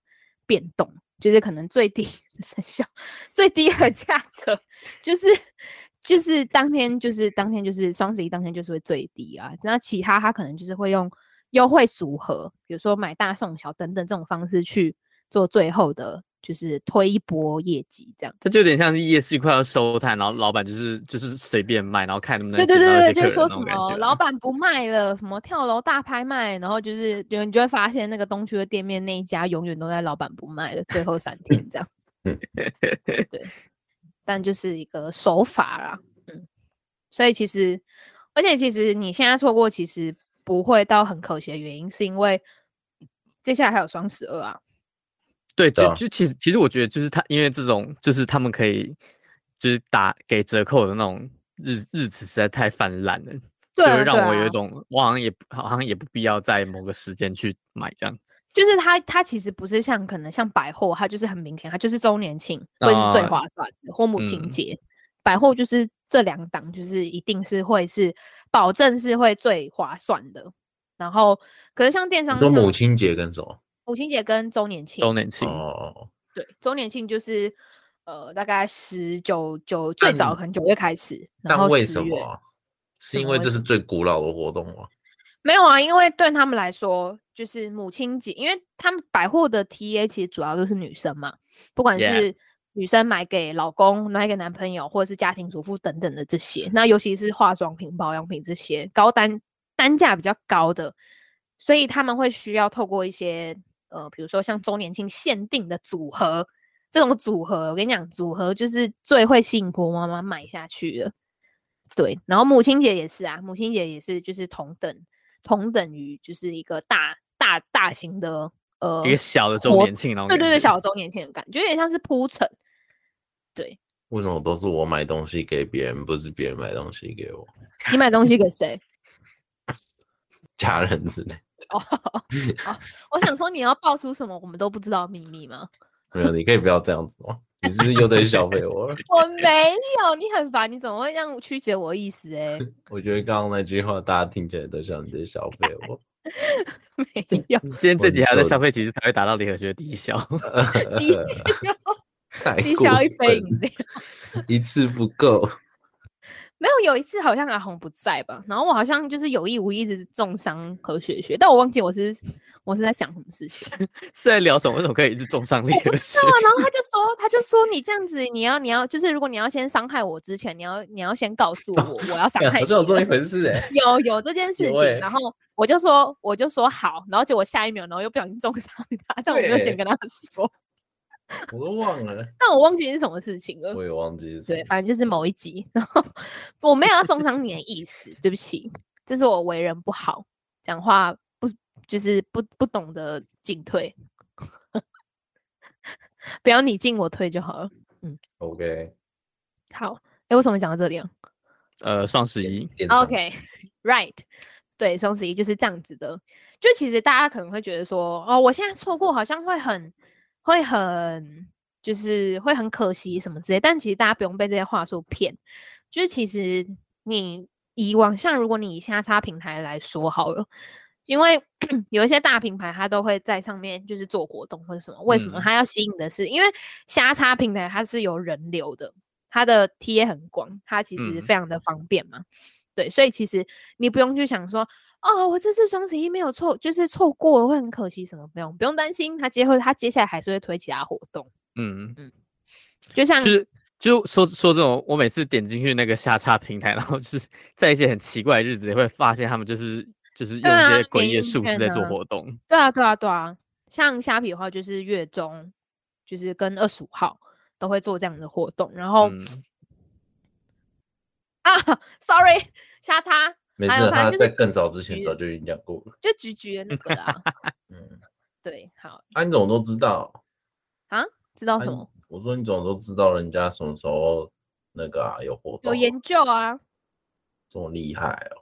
Speaker 3: 变动，就是可能最低 生效最低的价格就是就是当天就是当天就是双十一当天就是会最低啊，那其他他可能就是会用优惠组合，比如说买大送小等等这种方式去做最后的就是推一波业绩这样。
Speaker 2: 它就有点像是夜市快要收摊，然后老板就是就是随便卖，然后看能不能
Speaker 3: 对对
Speaker 2: 捡到一些
Speaker 3: 对对，就是
Speaker 2: 客人
Speaker 3: 说什
Speaker 2: 那种感
Speaker 3: 么
Speaker 2: 觉
Speaker 3: 老板不卖了，什么跳楼大拍卖，然后就是就你就会发现那个东区的店面那一家永远都在老板不卖的最后三天 这样
Speaker 1: 嗯。
Speaker 3: 对，但就是一个手法啦，嗯，所以其实，而且其实你现在错过其实不会到很可惜的原因，是因为接下来还有双十二啊，
Speaker 2: 对，
Speaker 1: 对啊
Speaker 2: 就就其实其实我觉得就是他，因为这种就是他们可以就是打给折扣的那种日日子实在太泛滥了，就
Speaker 3: 对
Speaker 2: 会
Speaker 3: 啊对
Speaker 2: 让我有
Speaker 3: 啊
Speaker 2: 一种我好像也不好像也不必要在某个时间去买这样。
Speaker 3: 就是它，它其实不是像可能像百货，它就是很明显，它就是周年庆会是最
Speaker 2: 啊
Speaker 3: 划算的，或母亲
Speaker 2: 嗯
Speaker 3: 节。百货就是这两档，就是一定是会是保证是会最划算的，然后可是像电商
Speaker 1: 你说
Speaker 3: 像
Speaker 1: 母亲节跟什么？
Speaker 3: 母亲节跟周年庆，
Speaker 2: 周年庆，
Speaker 1: 哦，
Speaker 3: 对，周年庆就是呃，大概十九九最早
Speaker 1: 但
Speaker 3: 可能九月开始，然
Speaker 1: 但
Speaker 3: 后
Speaker 1: 为
Speaker 3: 十
Speaker 1: 什
Speaker 3: 月
Speaker 1: 么啊？是
Speaker 3: 什
Speaker 1: 因
Speaker 3: 么
Speaker 1: 为
Speaker 3: 为
Speaker 1: 这
Speaker 3: 什
Speaker 1: 是
Speaker 3: 么
Speaker 1: 最古老的活动吗？
Speaker 3: 没有啊，因为对他们来说，就是母亲节，因为他们百货的 TA 其实主要都是女生嘛，不管
Speaker 2: Yeah
Speaker 3: 是女生买给老公、买给男朋友，或者是家庭主妇等等的这些，那尤其是化妆品、保养品这些高单单价比较高的，所以他们会需要透过一些呃，比如说像周年庆限定的组合，这种组合，我跟你讲，组合就是最会吸引婆婆妈妈买下去的。对，然后母亲节也是啊，母亲节也是就是同等同等于就是一个大大大型的呃
Speaker 2: 一个小的周
Speaker 3: 活
Speaker 2: 年庆，然后，
Speaker 3: 对对对，小周年庆的感觉，有点像是铺陈。对
Speaker 1: 为什么都是我买东西给别人，不是别人买东西给我？
Speaker 3: 你买东西给谁？
Speaker 1: 家人之类。
Speaker 3: 哦，哦我想说你要爆出什么我们都不知道的秘密吗？
Speaker 1: 没有，你可以不要这样子吗？你是不是又在消费我了？
Speaker 3: 我没有，你很烦，你怎么会这样曲解我意思、欸？哎，
Speaker 1: 我觉得刚刚那句话大家听起来都像你在消费我。
Speaker 3: 没有
Speaker 2: 今天这
Speaker 1: 我
Speaker 2: 集还在
Speaker 1: 就是
Speaker 2: 消费，其实才会达到联合学的低消。
Speaker 3: 你需要
Speaker 1: 太
Speaker 3: 你
Speaker 1: 过
Speaker 3: 需要一杯
Speaker 1: 分
Speaker 3: 饮料。
Speaker 1: 一次不够。
Speaker 3: 没有，有一次好像阿红不在吧，然后我好像就是有意无意一直重伤何雪雪，但我忘记我是我是在讲什么事情。
Speaker 2: 是在聊什么？为什么可以一直中上联合学
Speaker 3: 对？啊，然后他就说，他就说你这样子，你要你要就是如果你要先伤害我之前，你要你要先告诉我我要伤害
Speaker 1: 哦好
Speaker 3: 你
Speaker 1: 像有这么一
Speaker 3: 了。
Speaker 1: 回事哎、
Speaker 3: 有有这件事
Speaker 1: 有
Speaker 3: 情，
Speaker 1: 欸
Speaker 3: 然后我就说我就说好，然后结果下一秒，然后又不小心重伤他，但我没有先
Speaker 1: 对
Speaker 3: 跟他说，
Speaker 1: 我都忘了，
Speaker 3: 但我忘记是什么事情了。
Speaker 1: 我也忘记是什
Speaker 3: 对，
Speaker 1: 么。
Speaker 3: 反正就是某一集，然后我没有要中伤你的意思，对不起，这是我为人不好，讲话不就是不不懂得进退， 不要你进我退就好了。
Speaker 1: OK，
Speaker 3: 好，哎，为什么讲到这里啊
Speaker 2: 呃，双十一，
Speaker 1: 电商
Speaker 3: ？OK，right，、对，双十一就是这样子的。就其实大家可能会觉得说，哦，我现在错过好像会很会很就是会很可惜什么之类，但其实大家不用被这些话术骗。就是其实你以往像如果你以下差平台来说好了，因为 有一些大品牌它都会在上面就是做活动或者什么，为什么
Speaker 1: 嗯
Speaker 3: 它要吸引的是？因为瞎差平台它是有人流的，它的 T 也很广，它其实
Speaker 2: 嗯
Speaker 3: 非常的方便嘛。对，所以其实你不用去想说。哦，我这次双十一没有错，就是错过了会很可惜，什么不用不用担心，它接会它接下来还是会推其他活动，
Speaker 2: 嗯，
Speaker 3: 就像
Speaker 2: 就是就说说这种，我每次点进去那个下叉平台，然后就是在一些很奇怪的日子，也会发现他们就是就是用
Speaker 3: 对
Speaker 2: 一
Speaker 3: 啊
Speaker 2: 些诡
Speaker 3: 免
Speaker 2: 异的
Speaker 3: 运
Speaker 2: 数字
Speaker 3: 券
Speaker 2: 在做
Speaker 3: 啊
Speaker 2: 活动。
Speaker 3: 对啊，对啊，对啊，像虾皮的话，就是月中，就是跟二十五号都会做这样的活动。然后、
Speaker 2: 嗯，
Speaker 3: 啊，sorry，瞎 插，
Speaker 1: 没
Speaker 3: 哎
Speaker 1: 事，
Speaker 3: 呦反
Speaker 1: 他
Speaker 3: 正就是
Speaker 1: 在更早之前
Speaker 3: 橘
Speaker 1: 早就已经讲过了。
Speaker 3: 就橘橘的那个啦。
Speaker 1: 嗯，
Speaker 3: 对，好
Speaker 1: 啊，你怎么都知道？
Speaker 3: 啊，知道
Speaker 1: 啊
Speaker 3: 什
Speaker 1: 你
Speaker 3: 么？
Speaker 1: 我说你怎么都知道人家什么时候那个啊有活动
Speaker 2: 哦
Speaker 3: 有
Speaker 1: 啊，
Speaker 3: 研究啊？
Speaker 1: 这么厉害哦？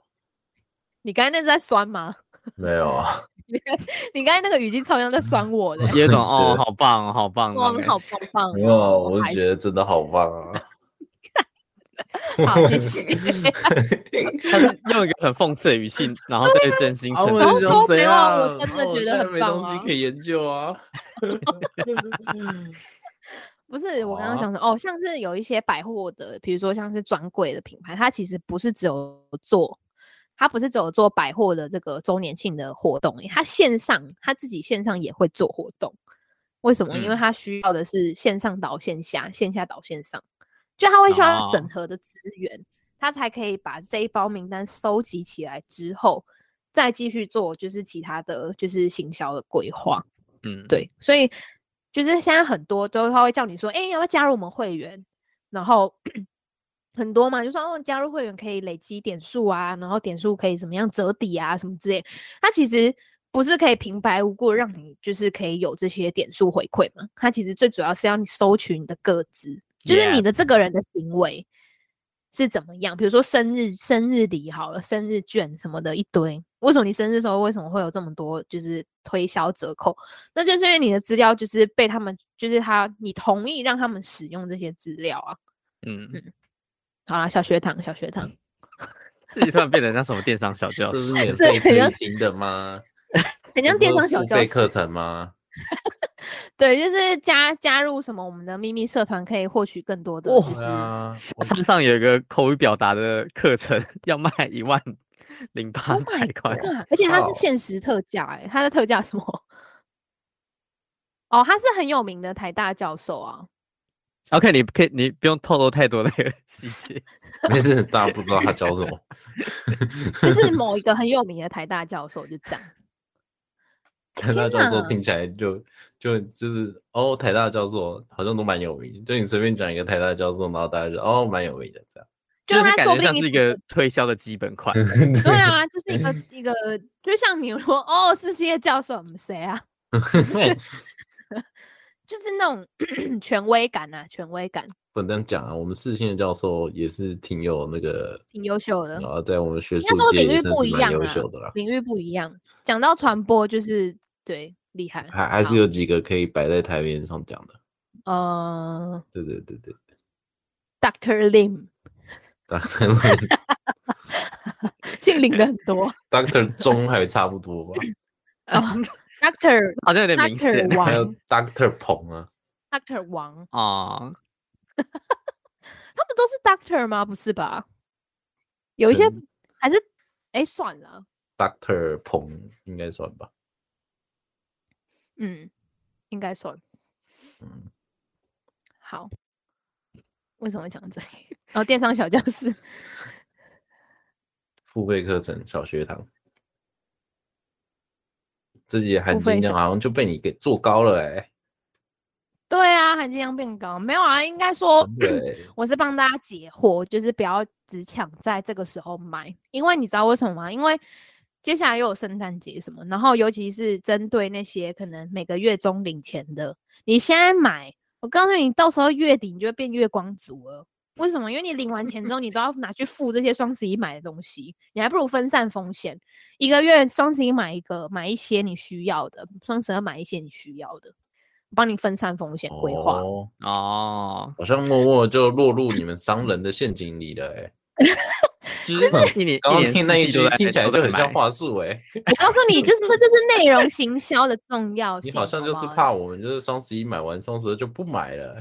Speaker 3: 你刚才那是在酸吗？
Speaker 1: 没有啊，
Speaker 3: 你刚才那个语气超像在酸我的欸、
Speaker 2: 有一
Speaker 1: 觉得
Speaker 2: 种哦，好棒哦，好棒
Speaker 3: 哇，
Speaker 2: 哦，
Speaker 3: 你好棒棒！
Speaker 1: 没有啊，
Speaker 3: 哦
Speaker 1: 我
Speaker 3: 还
Speaker 1: 就觉得真的好棒啊！
Speaker 3: 好 谢谢
Speaker 2: 他是用一个很讽刺的语气，然后再真心
Speaker 1: 啊，
Speaker 2: 诚
Speaker 1: 我
Speaker 2: 恳
Speaker 3: 也
Speaker 1: 也
Speaker 2: 地
Speaker 3: 是
Speaker 2: 说。
Speaker 1: 想
Speaker 3: 说
Speaker 1: 这
Speaker 3: 没有
Speaker 1: 样，
Speaker 3: 啊我真的
Speaker 1: 然后
Speaker 3: 觉得
Speaker 1: 现在
Speaker 3: 很
Speaker 1: 没
Speaker 3: 棒
Speaker 1: 东西
Speaker 3: 啊
Speaker 1: 可以研究 啊。
Speaker 3: 不是我刚刚
Speaker 1: 好啊
Speaker 3: 讲说哦，像是有一些百货的，比如说像是专柜的品牌，它其实不是只有做，它不是只有做百货的这个周年庆的活动而已，它线上它自己线上也会做活动。为什么？因为
Speaker 2: 嗯
Speaker 3: 它需要的是线上导线下，线下导线上，就它会需要整
Speaker 2: 哦
Speaker 3: 合的资源，它才可以把这一包名单收集起来之后，再继续做就是其他的就是行销的规划。
Speaker 2: 嗯，
Speaker 3: 对，所以就是现在很多都他会叫你说，哎、要不要加入我们会员？然后 很多嘛，就说哦，加入会员可以累积点数啊，然后点数可以怎么样折抵啊，什么之类。它其实不是可以平白无故让你就是可以有这些点数回馈嘛，它其实最主要是要你收取你的个资，就是你
Speaker 2: Yeah
Speaker 3: 的这个人的行为。是怎么样？比如说生日、生日礼好了，生日券什么的一堆。为什么你生日的时候为什么会有这么多就是推销折扣？那就是因为你的资料就是被他们，就是他，你同意让他们使用这些资料啊。
Speaker 2: 嗯，
Speaker 3: 好啦，小学堂，小学堂，
Speaker 2: 自己突然变得像什么电商小教
Speaker 1: 这是
Speaker 2: 室，
Speaker 1: 免费
Speaker 3: 对很
Speaker 1: 可以
Speaker 3: 像
Speaker 1: 听的吗？
Speaker 3: 很像
Speaker 1: 这
Speaker 3: 电
Speaker 1: 不
Speaker 3: 商
Speaker 1: 是
Speaker 3: 小
Speaker 1: 付
Speaker 3: 教
Speaker 1: 费
Speaker 3: 室
Speaker 1: 课。程吗？
Speaker 3: 对，就是加加入什么我们的秘密社团，可以获取更多的 Oh
Speaker 2: 哇
Speaker 3: 就
Speaker 1: 对
Speaker 3: 是
Speaker 2: 嗯
Speaker 1: 啊，我
Speaker 2: 上上有一个口语表达的课程，要卖一万零八
Speaker 3: Oh
Speaker 2: 百
Speaker 3: my
Speaker 2: 块，
Speaker 3: God！而且它是
Speaker 1: 靠
Speaker 3: 限时特价，哎，它的特价什么？哦，他是很有名的台大教授啊，
Speaker 2: OK，你可以，你不用透露太多那个 细节。
Speaker 1: 没事，大家不知道他教什 么。
Speaker 3: 就是某一个很有名的台大教授，就这样。
Speaker 1: 台大
Speaker 3: 天
Speaker 1: 教授
Speaker 3: 哪
Speaker 1: 听起来就就就是哦，台大教授好像都蛮有名，就你随便讲一个台大教授，然后大家就哦蛮有名的 这样。
Speaker 3: 就
Speaker 2: 就是
Speaker 3: 他
Speaker 2: 感
Speaker 3: 说
Speaker 2: 觉
Speaker 3: 不定
Speaker 2: 像
Speaker 3: 你
Speaker 2: 是一
Speaker 3: 只
Speaker 2: 个推销的基本款，
Speaker 3: 对啊，就是一个一个，就像你说哦，是世界教授，嗯谁啊？
Speaker 1: 对，
Speaker 3: 就是那种 权威感啊，权威感
Speaker 1: 不能这样讲啊，我们世新的教授也是挺有那个，
Speaker 3: 挺优秀的
Speaker 1: 然，后在我们学
Speaker 3: 应该
Speaker 1: 术
Speaker 3: 说
Speaker 1: 界
Speaker 3: 领
Speaker 1: 也
Speaker 3: 域
Speaker 1: 算
Speaker 3: 不
Speaker 1: 是
Speaker 3: 一
Speaker 1: 蛮
Speaker 3: 样
Speaker 1: 优
Speaker 3: 啊
Speaker 1: 秀的啦，
Speaker 3: 领域不一样。讲到传播，就是对厉害，
Speaker 1: 还还是
Speaker 3: 好
Speaker 1: 有几个可以摆在台面上讲的。
Speaker 3: 呃
Speaker 1: 对对对对，
Speaker 3: ，Doctor Lim
Speaker 1: 大概
Speaker 3: 姓林的很多 哦
Speaker 1: Doctor 钟还差不多 吧，
Speaker 3: ，Doctor
Speaker 2: 好像有点明显
Speaker 3: Doctor
Speaker 1: 还有
Speaker 3: 王
Speaker 1: Doctor 彭啊，
Speaker 3: Doctor 王，
Speaker 2: 哦。
Speaker 3: 他们都是 Doctor 吗？不是吧？有一些
Speaker 1: 嗯
Speaker 3: 还是哎算了，
Speaker 1: Doctor 彭应该算吧。
Speaker 3: 嗯，应该算。
Speaker 1: 嗯，
Speaker 3: 好，为什么会讲这里？ 哦，电商小教室，
Speaker 1: 付费课程小学堂，自己含
Speaker 3: 付费
Speaker 1: 金量
Speaker 3: 小
Speaker 1: 好像就被你给做高了哎、
Speaker 3: 对啊，含金量变高，没有啊？应该说，
Speaker 1: 对，
Speaker 3: 我是帮大家解惑，就是不要只抢在这个时候买，因为你知道为什么吗？因为接下来又有圣诞节什么，然后尤其是针对那些可能每个月中领钱的，你现在买，我告诉你，到时候月底你就会变月光族了。为什么？因为你领完钱之后，你都要拿去付这些双十一买的东西，你还不如分散风险，一个月双十一买一个，买一些你需要的，双十二买一些你需要的，帮你分散风险规划。
Speaker 1: 哦，
Speaker 2: 哦，
Speaker 1: 好像默默就落入你们商人的陷阱里了哎、
Speaker 2: 就是一年
Speaker 1: 刚
Speaker 2: 一
Speaker 1: 刚
Speaker 2: 年
Speaker 1: 听那
Speaker 2: 四
Speaker 1: 一
Speaker 2: 季都
Speaker 1: 句
Speaker 2: 在
Speaker 1: 听起来
Speaker 2: 都在
Speaker 1: 就很像
Speaker 2: 买
Speaker 1: 话术哎、
Speaker 3: 我告诉你，就是这就是内 容行销的重要性。
Speaker 1: 你好像就是
Speaker 3: 不
Speaker 1: 怕我们就是双十一买完，双十二就不买了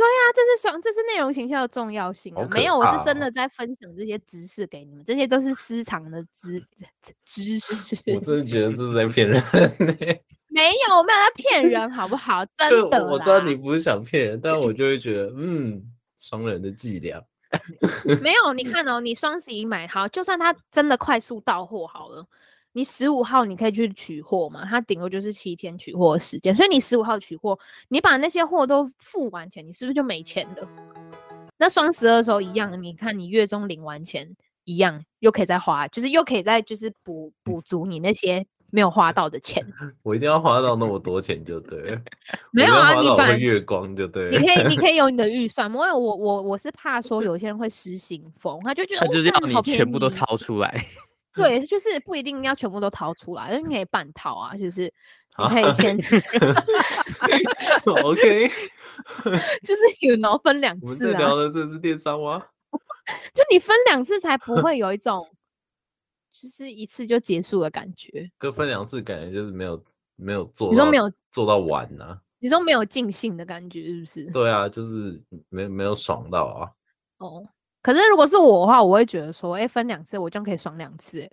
Speaker 1: 欸、
Speaker 3: 那啊这是双，这是内容行销的重要性、啊
Speaker 1: 好。可
Speaker 3: 没有，我是真
Speaker 1: 怕哦
Speaker 3: 的在分享这些知识给你们，这些都是私藏的知知识。
Speaker 1: 我真的觉得这是在骗人、欸。
Speaker 3: 没有，我没有在骗人，好不好？ 真
Speaker 1: 就
Speaker 3: 的，
Speaker 1: 我知道你。不是想骗人，但我就会觉得，嗯，商人的伎俩。
Speaker 3: 没有，你看哦，你双十一买好，就算它真的快速到货好了，你十五号你可以去取货嘛，它顶多就是七天取货的时间，所以你十五号取货，你把那些货都付完钱，你是不是就没钱了？那双十二的时候一样，你看你月中领完钱一样，又可以再花，就是又可以再就是补补足你那些没有花到 的钱。
Speaker 1: 我一定要花到那么多钱就对了，
Speaker 3: 没有啊，你
Speaker 1: 把
Speaker 3: 把。
Speaker 1: 月光就对
Speaker 3: 你
Speaker 1: 了。
Speaker 3: 可以，你可以有你的预算。因为我我我是怕说有些人会失心疯，他就觉得
Speaker 2: 他
Speaker 3: 哦
Speaker 2: 就是要
Speaker 3: 干
Speaker 2: 你
Speaker 3: 好便
Speaker 2: 全部都
Speaker 3: 宜
Speaker 2: 掏出来，哎
Speaker 1: 嗯
Speaker 3: 对，就是不一定要全部都掏出来，但是你可以半掏啊，就是你
Speaker 1: 啊
Speaker 3: 可 以先，
Speaker 1: OK，
Speaker 3: 就是 you know 分两
Speaker 1: 我们
Speaker 3: 次
Speaker 1: 在
Speaker 3: 啊
Speaker 1: 聊，的这是电商吗？
Speaker 3: 就你分两次才 不会有一种就是一次就结束的感觉。
Speaker 1: 跟分两次感觉就是没有没有做到，
Speaker 3: 你说没有，
Speaker 1: 做到完呢、啊？
Speaker 3: 你说没有尽兴的感觉是不是？
Speaker 1: 对啊，就是没没有爽到啊。
Speaker 3: 哦，可是如果是我的话，我会觉得说，哎、分两次我这样可以爽两次、欸，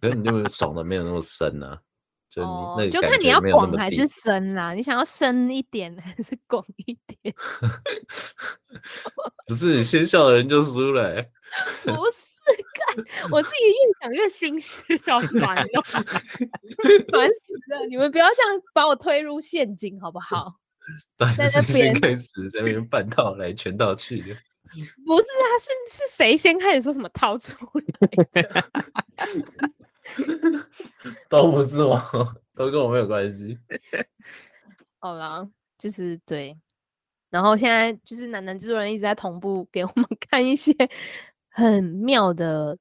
Speaker 1: 可是你就爽的没有那么深啊，就你、
Speaker 3: 哦
Speaker 1: 那，个
Speaker 3: 就
Speaker 1: 感
Speaker 3: 看你
Speaker 1: 觉
Speaker 3: 要
Speaker 1: 没有那
Speaker 3: 广
Speaker 1: 么
Speaker 3: 还
Speaker 1: 低
Speaker 3: 是。深啦，你想要深一点还是广一点？
Speaker 1: 不是先笑的人就输了欸、
Speaker 3: 不 是，看我自己越想越心虚， 好烦哦，烦死了！你们不要这样把我推入陷阱，好不好？
Speaker 1: 但
Speaker 3: 在
Speaker 1: 是
Speaker 3: 那边
Speaker 1: 先开始在那 边半套来全套去的，
Speaker 3: 不是啊，是是谁先开始说什么掏出来 的？
Speaker 1: 都不是我，都跟我没有关系。
Speaker 3: 好啦，就是对。然后现在就是楠楠制作人一直在同步给我们 看一些很妙的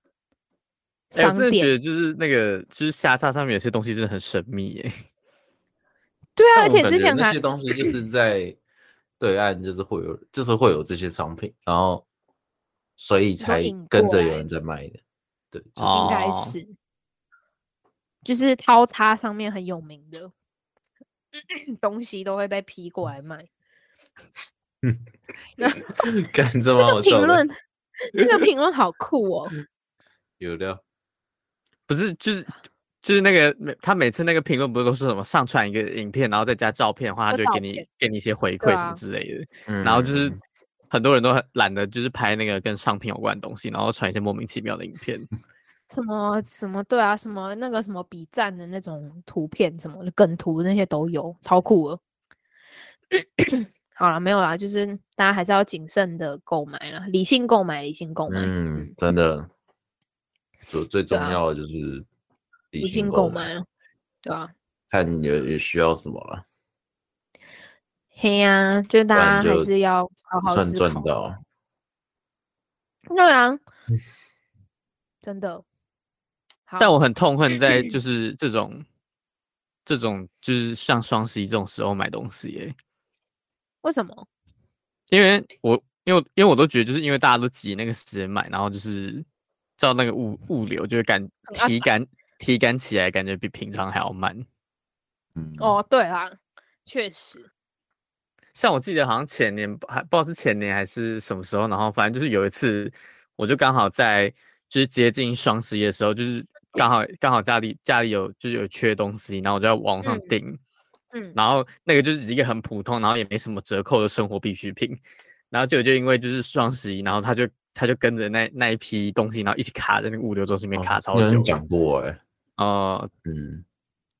Speaker 2: 哎，我
Speaker 3: 商
Speaker 2: 真的觉
Speaker 3: 店。
Speaker 2: 得就是那个就是虾叉上面有些东西真的很神秘耶，
Speaker 3: 对啊，
Speaker 1: 但
Speaker 3: 而
Speaker 1: 我
Speaker 3: 且
Speaker 1: 感
Speaker 3: 之
Speaker 1: 觉
Speaker 3: 前
Speaker 1: 那
Speaker 3: 还
Speaker 1: 些东西 就是在对岸，就是会有，就是会有这些商品，然后所以
Speaker 3: 说
Speaker 1: 才
Speaker 3: 引
Speaker 1: 跟
Speaker 3: 过
Speaker 1: 着有
Speaker 3: 来
Speaker 1: 人在卖的。对，就是
Speaker 2: 哦
Speaker 3: 应该是，就是掏叉上面很有名的 东西都会被批过来 卖。
Speaker 1: 干这
Speaker 3: 这
Speaker 1: 蛮好
Speaker 3: 个
Speaker 1: 笑
Speaker 3: 评
Speaker 1: 的
Speaker 3: 论，这个评论好酷哦！
Speaker 1: 有料。
Speaker 2: 不是，就是就是那个每他每次那个评论不是都是什么上传一个影片，然后再加照片的话，他
Speaker 3: 有
Speaker 2: 就
Speaker 3: 照
Speaker 2: 会给你
Speaker 3: 片
Speaker 2: 给你一些回
Speaker 3: 对
Speaker 2: 馈什
Speaker 3: 啊
Speaker 2: 么之类的。
Speaker 1: 嗯
Speaker 2: 然后就是很多人都很懒得就是拍那个跟商品有关的东西，然后传一些莫名其妙的影片。
Speaker 3: 什么什么对啊，什么那个什么比赞的那种图片，什么的梗图那些都有，超酷了。 好了，没有啦，就是大家还是要谨慎的购买啦，理性购买，理性购买，
Speaker 1: 嗯，真的，就最重
Speaker 3: 啊
Speaker 1: 要的就是理
Speaker 3: 理性购
Speaker 1: 购
Speaker 3: 买，啊，对啊，
Speaker 1: 看有有需要什么了，
Speaker 3: 嘿呀、就大
Speaker 1: 不
Speaker 3: 家
Speaker 1: 然
Speaker 3: 还
Speaker 1: 就是
Speaker 3: 要好好
Speaker 1: 算
Speaker 3: 思
Speaker 1: 赚
Speaker 3: 考。啊
Speaker 1: 到。
Speaker 3: 对啊，真的。好，
Speaker 2: 但我很痛恨在 就是这种这种就是像双十一这种时候买东西耶、
Speaker 3: 为什么？
Speaker 2: 因为我因为我因为我都觉得，就是因为大家都挤那个时间买，然后就是照那个物物流，就会感
Speaker 3: 很阿
Speaker 2: 体感体感起来，感觉比平常还要慢。
Speaker 1: 嗯，
Speaker 3: 哦，对啦，确实，
Speaker 2: 像我记得好像前年还不知道是前年还是什么时候，然后反正就是有一次，我就刚好在就是接近双十一的时候，就是刚好刚好家里家里有就是有缺东西，然后我就在网上
Speaker 3: 嗯
Speaker 2: 订，
Speaker 3: 嗯，
Speaker 2: 然后那个就是一个很普通，然后也没什么折扣的生活必需品，然后就就因为就是双十一，然后他就他就跟着那那一批东西，然后一起卡在那个物流中心里面
Speaker 1: 哦
Speaker 2: 卡
Speaker 1: 你
Speaker 2: 超
Speaker 1: 有人
Speaker 2: 久。
Speaker 1: 讲过哎、
Speaker 2: 哦，
Speaker 1: 嗯，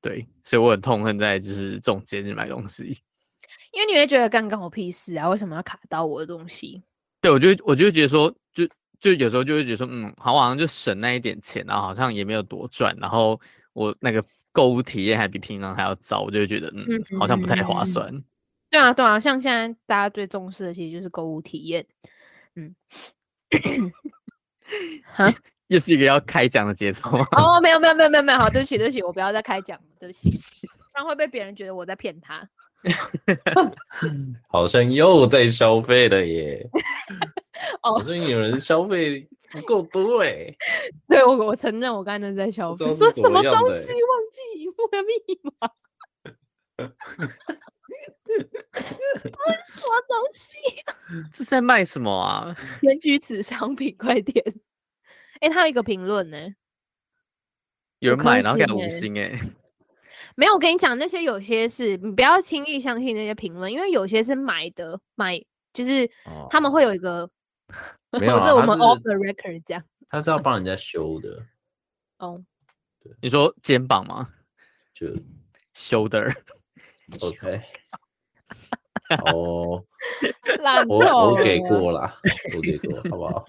Speaker 2: 对，所以我很痛恨在就是这种节日买东西。
Speaker 3: 因为你会觉得干干我屁事啊，为什么要卡到我的东西？
Speaker 2: 对，我就会我就会觉得说，就就有时候就会觉得说，嗯，好，好像就省那一点钱，然后好像也没有多赚，然后我那个购物体验还比平常还要糟，我就会觉得，嗯，好像不太划
Speaker 3: 嗯
Speaker 2: 算。
Speaker 3: 对啊，对啊，像现在大家最重视的其实就是购物体验，嗯，哈，
Speaker 2: 又是一个要开讲的节奏吗？
Speaker 3: 哦，没有没有没有没有没有，好，对不起对不起，我不要再开讲了，对不起， 不然会被别人觉得我在骗他。。
Speaker 1: 好像又在消费了 耶
Speaker 3: 哦
Speaker 1: 好像有人消费不够多哎、
Speaker 3: 对我我承认我刚才那是在消
Speaker 1: 不知
Speaker 3: 费，
Speaker 1: 道
Speaker 3: 说
Speaker 1: 是怎
Speaker 3: 什
Speaker 1: 么
Speaker 3: 么
Speaker 1: 样
Speaker 3: 东
Speaker 1: 的
Speaker 3: 西
Speaker 1: 欸
Speaker 3: 忘记荧幕的密 码， 什么东西？
Speaker 2: 这是在卖什么啊？
Speaker 3: 检举此商品，快点！哎、他有一个评论呢，
Speaker 2: 有
Speaker 3: 五
Speaker 2: 人买
Speaker 3: 颗
Speaker 2: 然后给
Speaker 3: 星
Speaker 2: 他五
Speaker 3: 欸
Speaker 2: 星哎、
Speaker 3: 没有，我跟你讲，那些有些是你不要轻易相信那些评论，因为有些是买的，买就是
Speaker 1: 哦
Speaker 3: 他们会有一个，
Speaker 1: 没有啦
Speaker 3: 这我
Speaker 1: 他
Speaker 3: 们
Speaker 1: 是
Speaker 3: off the record 讲
Speaker 1: 他是要帮人家修的，
Speaker 3: 哦，
Speaker 2: 你说肩膀吗
Speaker 1: 就
Speaker 2: ？Shoulder，
Speaker 1: OK。哦，
Speaker 3: 烂透
Speaker 1: 我
Speaker 2: 哦
Speaker 1: 我给
Speaker 3: 了
Speaker 1: 过啦，我给过，好不 好？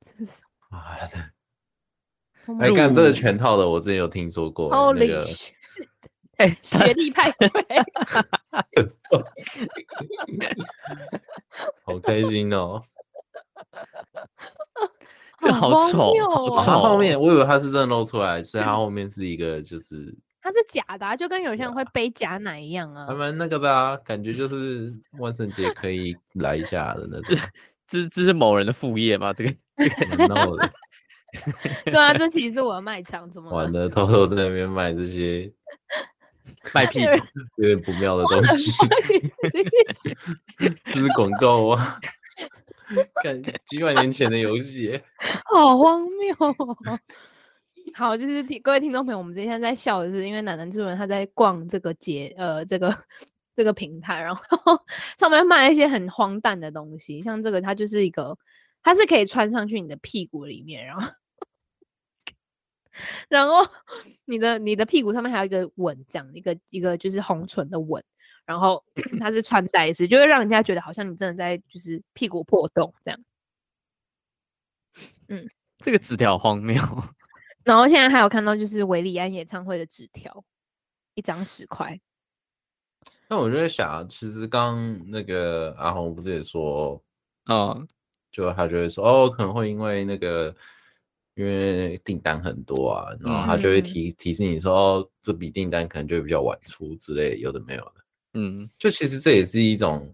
Speaker 3: 这是什
Speaker 1: 哎，
Speaker 3: 么
Speaker 1: 哎，干这个
Speaker 2: 入
Speaker 1: 全套的，我之前有听说过欸那
Speaker 3: Holy
Speaker 1: 个
Speaker 3: shit，
Speaker 2: 哎、他
Speaker 3: 学历派 对，
Speaker 1: 好开心 哦！
Speaker 2: 这
Speaker 3: 好
Speaker 2: 好
Speaker 3: 哦荒
Speaker 2: 丑
Speaker 3: 谬
Speaker 2: 好
Speaker 1: 哦，
Speaker 3: 哦
Speaker 1: 它后
Speaker 2: 丑
Speaker 1: 面我以为它是真的露出来，所以 它后面是一个就是
Speaker 3: 它是假的、啊，就跟有些人会背假奶一样啊
Speaker 1: 还。蛮那个的啊，感觉就是万圣节可以来一下的那种，
Speaker 2: 这这是某人的副业吧？这 个
Speaker 1: 蛮闹的，
Speaker 3: 对啊，这其实是我的卖场，怎么了
Speaker 1: 玩的偷偷在那边卖这些
Speaker 2: 卖屁
Speaker 3: 人
Speaker 2: 股，
Speaker 1: 有点不妙的东 西，这是广告啊！ 看几百年前的游戏欸，
Speaker 3: 好荒谬哦！ 好，就是听各位听众朋友，我们之前在笑的是，因为奶奶主人他在逛这个节，呃，这个这个平台，然后 上面卖了一些很荒诞的东西，像这个它就是一个，它是可以穿上去你的屁股里面，然后 然后你的你的屁股上面还有一个吻，这样一个一个就是红唇的吻，然后 它是穿戴式，就会让人家觉得好像你真的在就是屁股破洞这样。
Speaker 2: 这个纸条好荒谬。
Speaker 3: 然后现在还有看到就是维里安演唱会的纸条，一张十块。
Speaker 1: 那我就在想啊，其实刚那个阿红不是也说，
Speaker 2: 嗯，
Speaker 1: 就他就会说，哦，可能会因为那个，因为订单很多啊，然后他就会
Speaker 3: 嗯
Speaker 1: 提提示你说，哦，这笔订单可能就会比较晚啊出之类，有的没有的。
Speaker 2: 嗯，
Speaker 1: 就其实这也是一种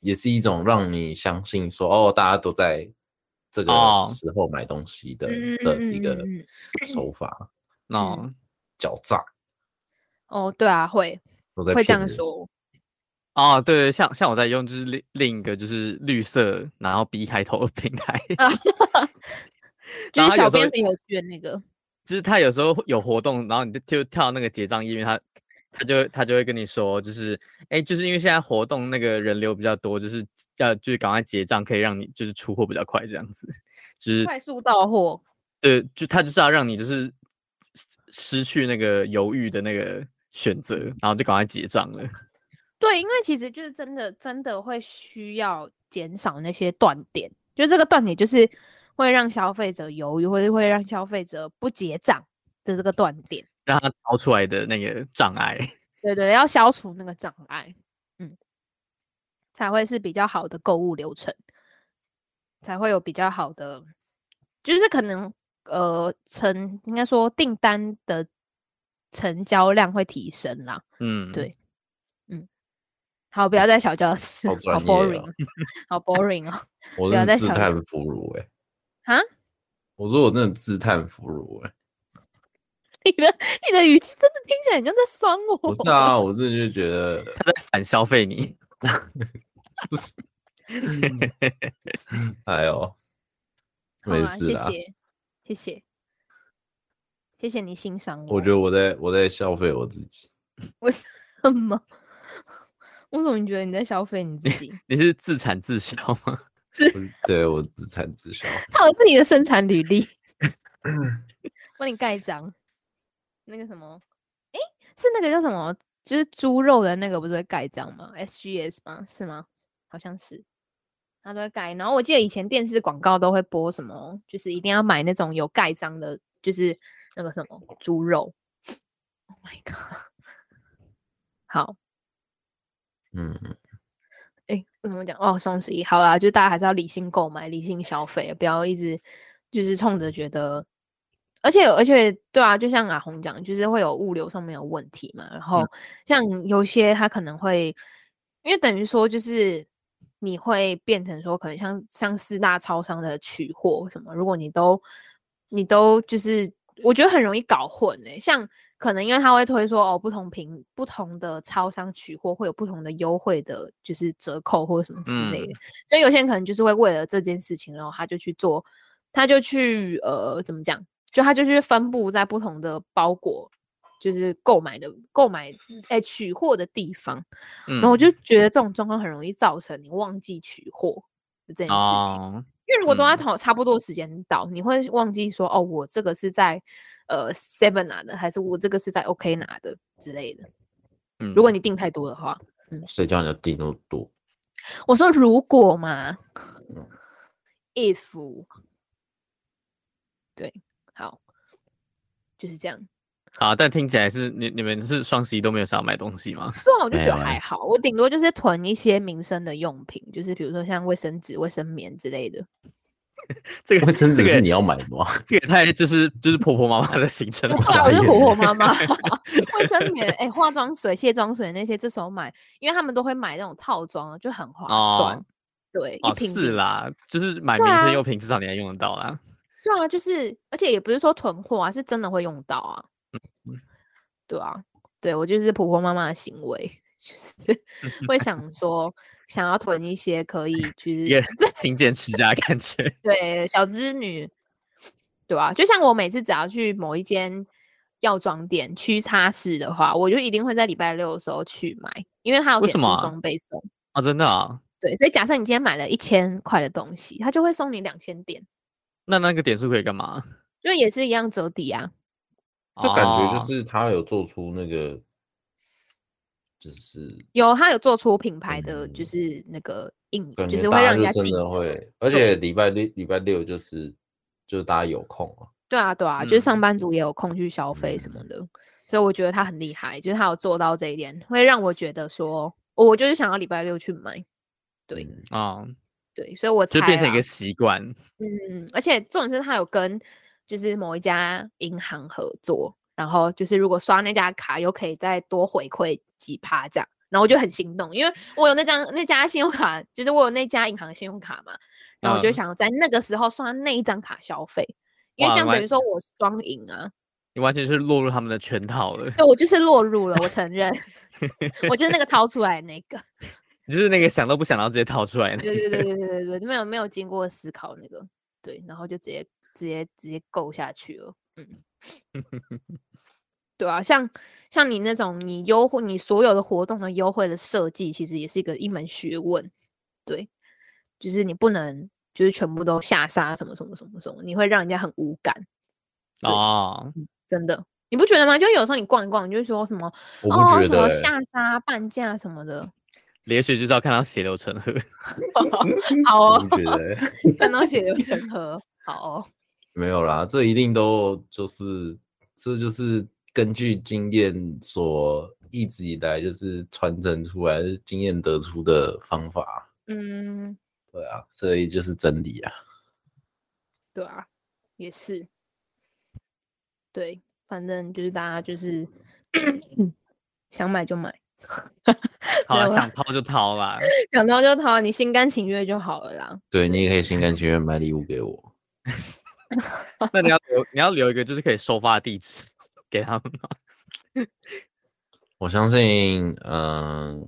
Speaker 1: 也是一种让你相信说，哦，大家都在这个
Speaker 2: 哦
Speaker 1: 时候买东西的、
Speaker 3: 嗯嗯
Speaker 1: 的
Speaker 3: 嗯
Speaker 1: 一个
Speaker 3: 嗯嗯
Speaker 1: 手法，
Speaker 2: 哦
Speaker 1: 狡诈
Speaker 3: 哦，对啊，会
Speaker 1: 都在
Speaker 3: 会这
Speaker 1: 骗
Speaker 3: 样
Speaker 1: 人。
Speaker 3: 说，
Speaker 2: 哦，对对，像像我在用就是另另一个就是绿色，然后 B 开头的平台，
Speaker 3: 就
Speaker 2: 然后
Speaker 3: 是
Speaker 2: 他
Speaker 3: 小
Speaker 2: 有时候
Speaker 3: 编很有趣的那个，
Speaker 2: 就是他有时候会有活动，然后你就就跳到那个结账页面，他他就他就会跟你说，就是哎、就是因为现在活动那个人流比较多，就是要就是赶快结账，可以让你就是出货比较快这样子，就是
Speaker 3: 快速到货，
Speaker 2: 对，就他就是要让你就是失失去那个犹豫的那个选择，然后就赶快结账了。
Speaker 3: 对，因为其实就是真的真的会需要减少那些断点，就这个断点就是会让消费者犹豫，或者会让消费者不结账的这个断点。
Speaker 2: 让他逃出来的那个障碍。
Speaker 3: 对对，要消除那个障碍，嗯，才会是比较好的购物流程，才会有比较好的，就是可能呃成应该说订单的成交量会提升啦。
Speaker 2: 嗯，
Speaker 3: 对好，不要再小教室，
Speaker 1: 好
Speaker 3: 好
Speaker 1: 专业
Speaker 3: boring，
Speaker 1: 哦
Speaker 3: 哦好 boring 哦。
Speaker 1: 我
Speaker 3: 不要
Speaker 1: 真
Speaker 3: 再
Speaker 1: 的自
Speaker 3: 想
Speaker 1: 叹弗如哎、
Speaker 3: 啊，
Speaker 1: 我说我真的自叹弗如哎、
Speaker 3: 你的你的语气真的听起来很像在酸我。
Speaker 1: 不是啊，我真的就觉 得
Speaker 2: 他在反消费你。
Speaker 1: 不是，哎 呦，
Speaker 3: 好
Speaker 1: 没
Speaker 3: 啦
Speaker 1: 事啦。
Speaker 3: 谢谢，谢谢，谢谢你欣赏我。
Speaker 1: 我觉得我在我在消费我自己，
Speaker 3: 为 什么？ 我怎么觉得你在消费你自己？
Speaker 2: 你是自产自销吗？
Speaker 1: 我对我自产自销。
Speaker 3: 看我自己的生产履历， 帮你盖章。那个什么，诶，是那个叫什么？就是猪肉的那个不是会盖章吗？SGS 吗？是吗？好像是，他都会盖。然后我记得以前电视广告都会播什么，就是一定要买那种有盖章的，就是那个什么猪肉。Oh my god！好，
Speaker 1: 嗯，
Speaker 3: 哎、我怎么讲？哦，双十一好啦，就大家还是要理性购买、理性消费，不要一直就是冲着觉得，而且而且对啊，就像阿红讲，就是会有物流上面有问题嘛。然后像有些他可能会，因为等于说就是你会变成说，可能像像四大超商的取货什么，如果你都你都就是，我觉得很容易搞混诶、像。可能因为他会推说哦，不同平不同的超商取货会有不同的优惠的，就是折扣或者什么之类的，所以有些人可能就是会为了这件事情，然后他就去做，他就去呃怎么讲，就他就去分布在不同的包裹，就是购买的购买哎、取货的地方，
Speaker 2: 嗯
Speaker 3: 然后我就觉得这种状况很容易造成你忘记取货的这件事情。
Speaker 2: 哦，
Speaker 3: 因为如果都在
Speaker 2: 嗯
Speaker 3: 同差不多时间到，你会忘记说哦，我这个是在呃 Seven 拿的，还是我这个是在 OK 拿的之类的。
Speaker 2: 嗯
Speaker 3: 如果你订太多的话，
Speaker 1: 谁叫你要订那么多？
Speaker 3: 我说如果嘛
Speaker 1: 嗯
Speaker 3: ，if 对，好，就是这样。
Speaker 2: 好，但听起来是你你们是双十一都没有想要买东西吗？
Speaker 3: 对啊，我就
Speaker 1: 没
Speaker 3: 觉得
Speaker 1: 有
Speaker 3: 还
Speaker 2: 哎
Speaker 1: 欸
Speaker 3: 好，我顶多就是囤一些民生的用品，就是比如说像卫生纸、卫生棉之类的。
Speaker 2: 这个
Speaker 1: 卫生纸
Speaker 2: 这个
Speaker 1: 是你要买的吗？
Speaker 2: 这个也太就是就是婆婆妈妈的行程了
Speaker 3: 对
Speaker 2: 吧。
Speaker 3: 啊，我是
Speaker 1: 眼
Speaker 3: 婆婆
Speaker 1: 欸
Speaker 3: 妈妈。卫生棉、哎、化妆水、卸妆水那些，这时候买，因为他们都会买那种套装，就很划算。
Speaker 2: 哦
Speaker 3: 对，一
Speaker 2: 哦，
Speaker 3: 瓶
Speaker 2: 是
Speaker 3: 顶
Speaker 2: 啦，就是买
Speaker 3: 对
Speaker 2: 民
Speaker 3: 啊
Speaker 2: 生用品，至少你还用得到啦。
Speaker 3: 对啊，就是，而且也不是说囤货啊，是真的会用到啊。
Speaker 2: 嗯
Speaker 3: 对啊，对我就是婆婆妈妈的行为，
Speaker 2: 嗯
Speaker 3: 就是会想说想要囤一些可以，就是
Speaker 2: 也勤俭持家的感觉。
Speaker 3: 对小资女，对啊，就像我每次只要去某一间药妆店屈擦式的话，我就一定会在礼拜六的时候去买，因为它有
Speaker 2: 为
Speaker 3: 点
Speaker 2: 什么
Speaker 3: 出
Speaker 2: 啊
Speaker 3: 双倍送。
Speaker 2: 哦，真的啊？
Speaker 3: 对，所以假设你今天买了一千块的东西，它就会送你两千点，
Speaker 2: 那那个点数可以干嘛？
Speaker 3: 就也是一样折抵啊。
Speaker 1: 就感觉
Speaker 2: 哦
Speaker 1: 就是他有做出那个，就是
Speaker 3: 有，他有做出品牌的，就
Speaker 1: 嗯
Speaker 3: 是那个印，
Speaker 1: 感
Speaker 3: 就
Speaker 1: 觉
Speaker 3: 是会
Speaker 1: 大
Speaker 3: 让人
Speaker 1: 家
Speaker 3: 家
Speaker 1: 就
Speaker 3: 记
Speaker 1: 真的
Speaker 3: 得。
Speaker 1: 会，而且礼拜六礼拜六就是就是大家有空啊，
Speaker 3: 对啊，对啊，就是上
Speaker 2: 嗯
Speaker 3: 班族也有空去消费什
Speaker 1: 嗯
Speaker 3: 么的，所以我觉得他很厉害，就是他有做到这一点，会让我觉得说，我就是想要礼拜六去买。对
Speaker 1: 嗯
Speaker 2: 哦，
Speaker 3: 对，所以我
Speaker 2: 就
Speaker 3: 猜
Speaker 2: 变成一
Speaker 3: 啦
Speaker 2: 个习惯。
Speaker 3: 嗯，而且重点是他有跟就是某一家银行合作，然后就是如果刷那家卡，又可以再多回馈几趴这样，然后我就很心动，因为我有那张那家信用卡，就是我有那家银行的信用卡嘛，然后我就
Speaker 2: 嗯
Speaker 3: 想要在那个时候刷那一张卡消费，因为
Speaker 2: 哇
Speaker 3: 这样
Speaker 2: 完
Speaker 3: 等于说我双赢啊，
Speaker 2: 你完全是落入他们的圈套了，
Speaker 3: 对我就是落入了，我承认，我就是那个掏出来的那个，
Speaker 2: 你就是那个想都不想，然后直接套出来的。
Speaker 3: 对对对对对对对，没有没有经过思考那个，对，然后就直接直接直接购下去了， 嗯，对啊，像像你那种你优惠，你所有的活动的优惠的设计，其实也是一个一门学问，对，就是你不能就是全部都下杀什么什么什么什么，你会让人家很无感，对
Speaker 2: 哦，
Speaker 3: 真的，你不觉得吗？就有时候你逛一逛，你就会说什么
Speaker 1: 我
Speaker 3: 哦
Speaker 1: 不觉
Speaker 3: 什么
Speaker 1: 得欸、
Speaker 3: 下杀半价什么的，
Speaker 2: 也许就是要看到血流成 河。
Speaker 3: 好
Speaker 1: 我
Speaker 3: 哦，
Speaker 1: 不觉 得欸、
Speaker 3: 看到血流成河，好哦。
Speaker 1: 没有啦，这一定都就是这就是根据经验所一直以来就是传承出来的经验得出的方法。
Speaker 3: 嗯，
Speaker 1: 对啊，所以就是真理啊。
Speaker 3: 对啊，也是，对，反正就是大家就是 想买就买，
Speaker 2: 好
Speaker 3: 没有啊
Speaker 2: 啦，
Speaker 3: 啦
Speaker 2: 想套就套啦。
Speaker 3: 想到就掏，你心甘情愿就好了 啦。
Speaker 1: 对你也可以心甘情愿买礼物给我。
Speaker 2: 那你要留，你要留一个就是可以收发的地址给他们吗？
Speaker 1: 我相信，嗯、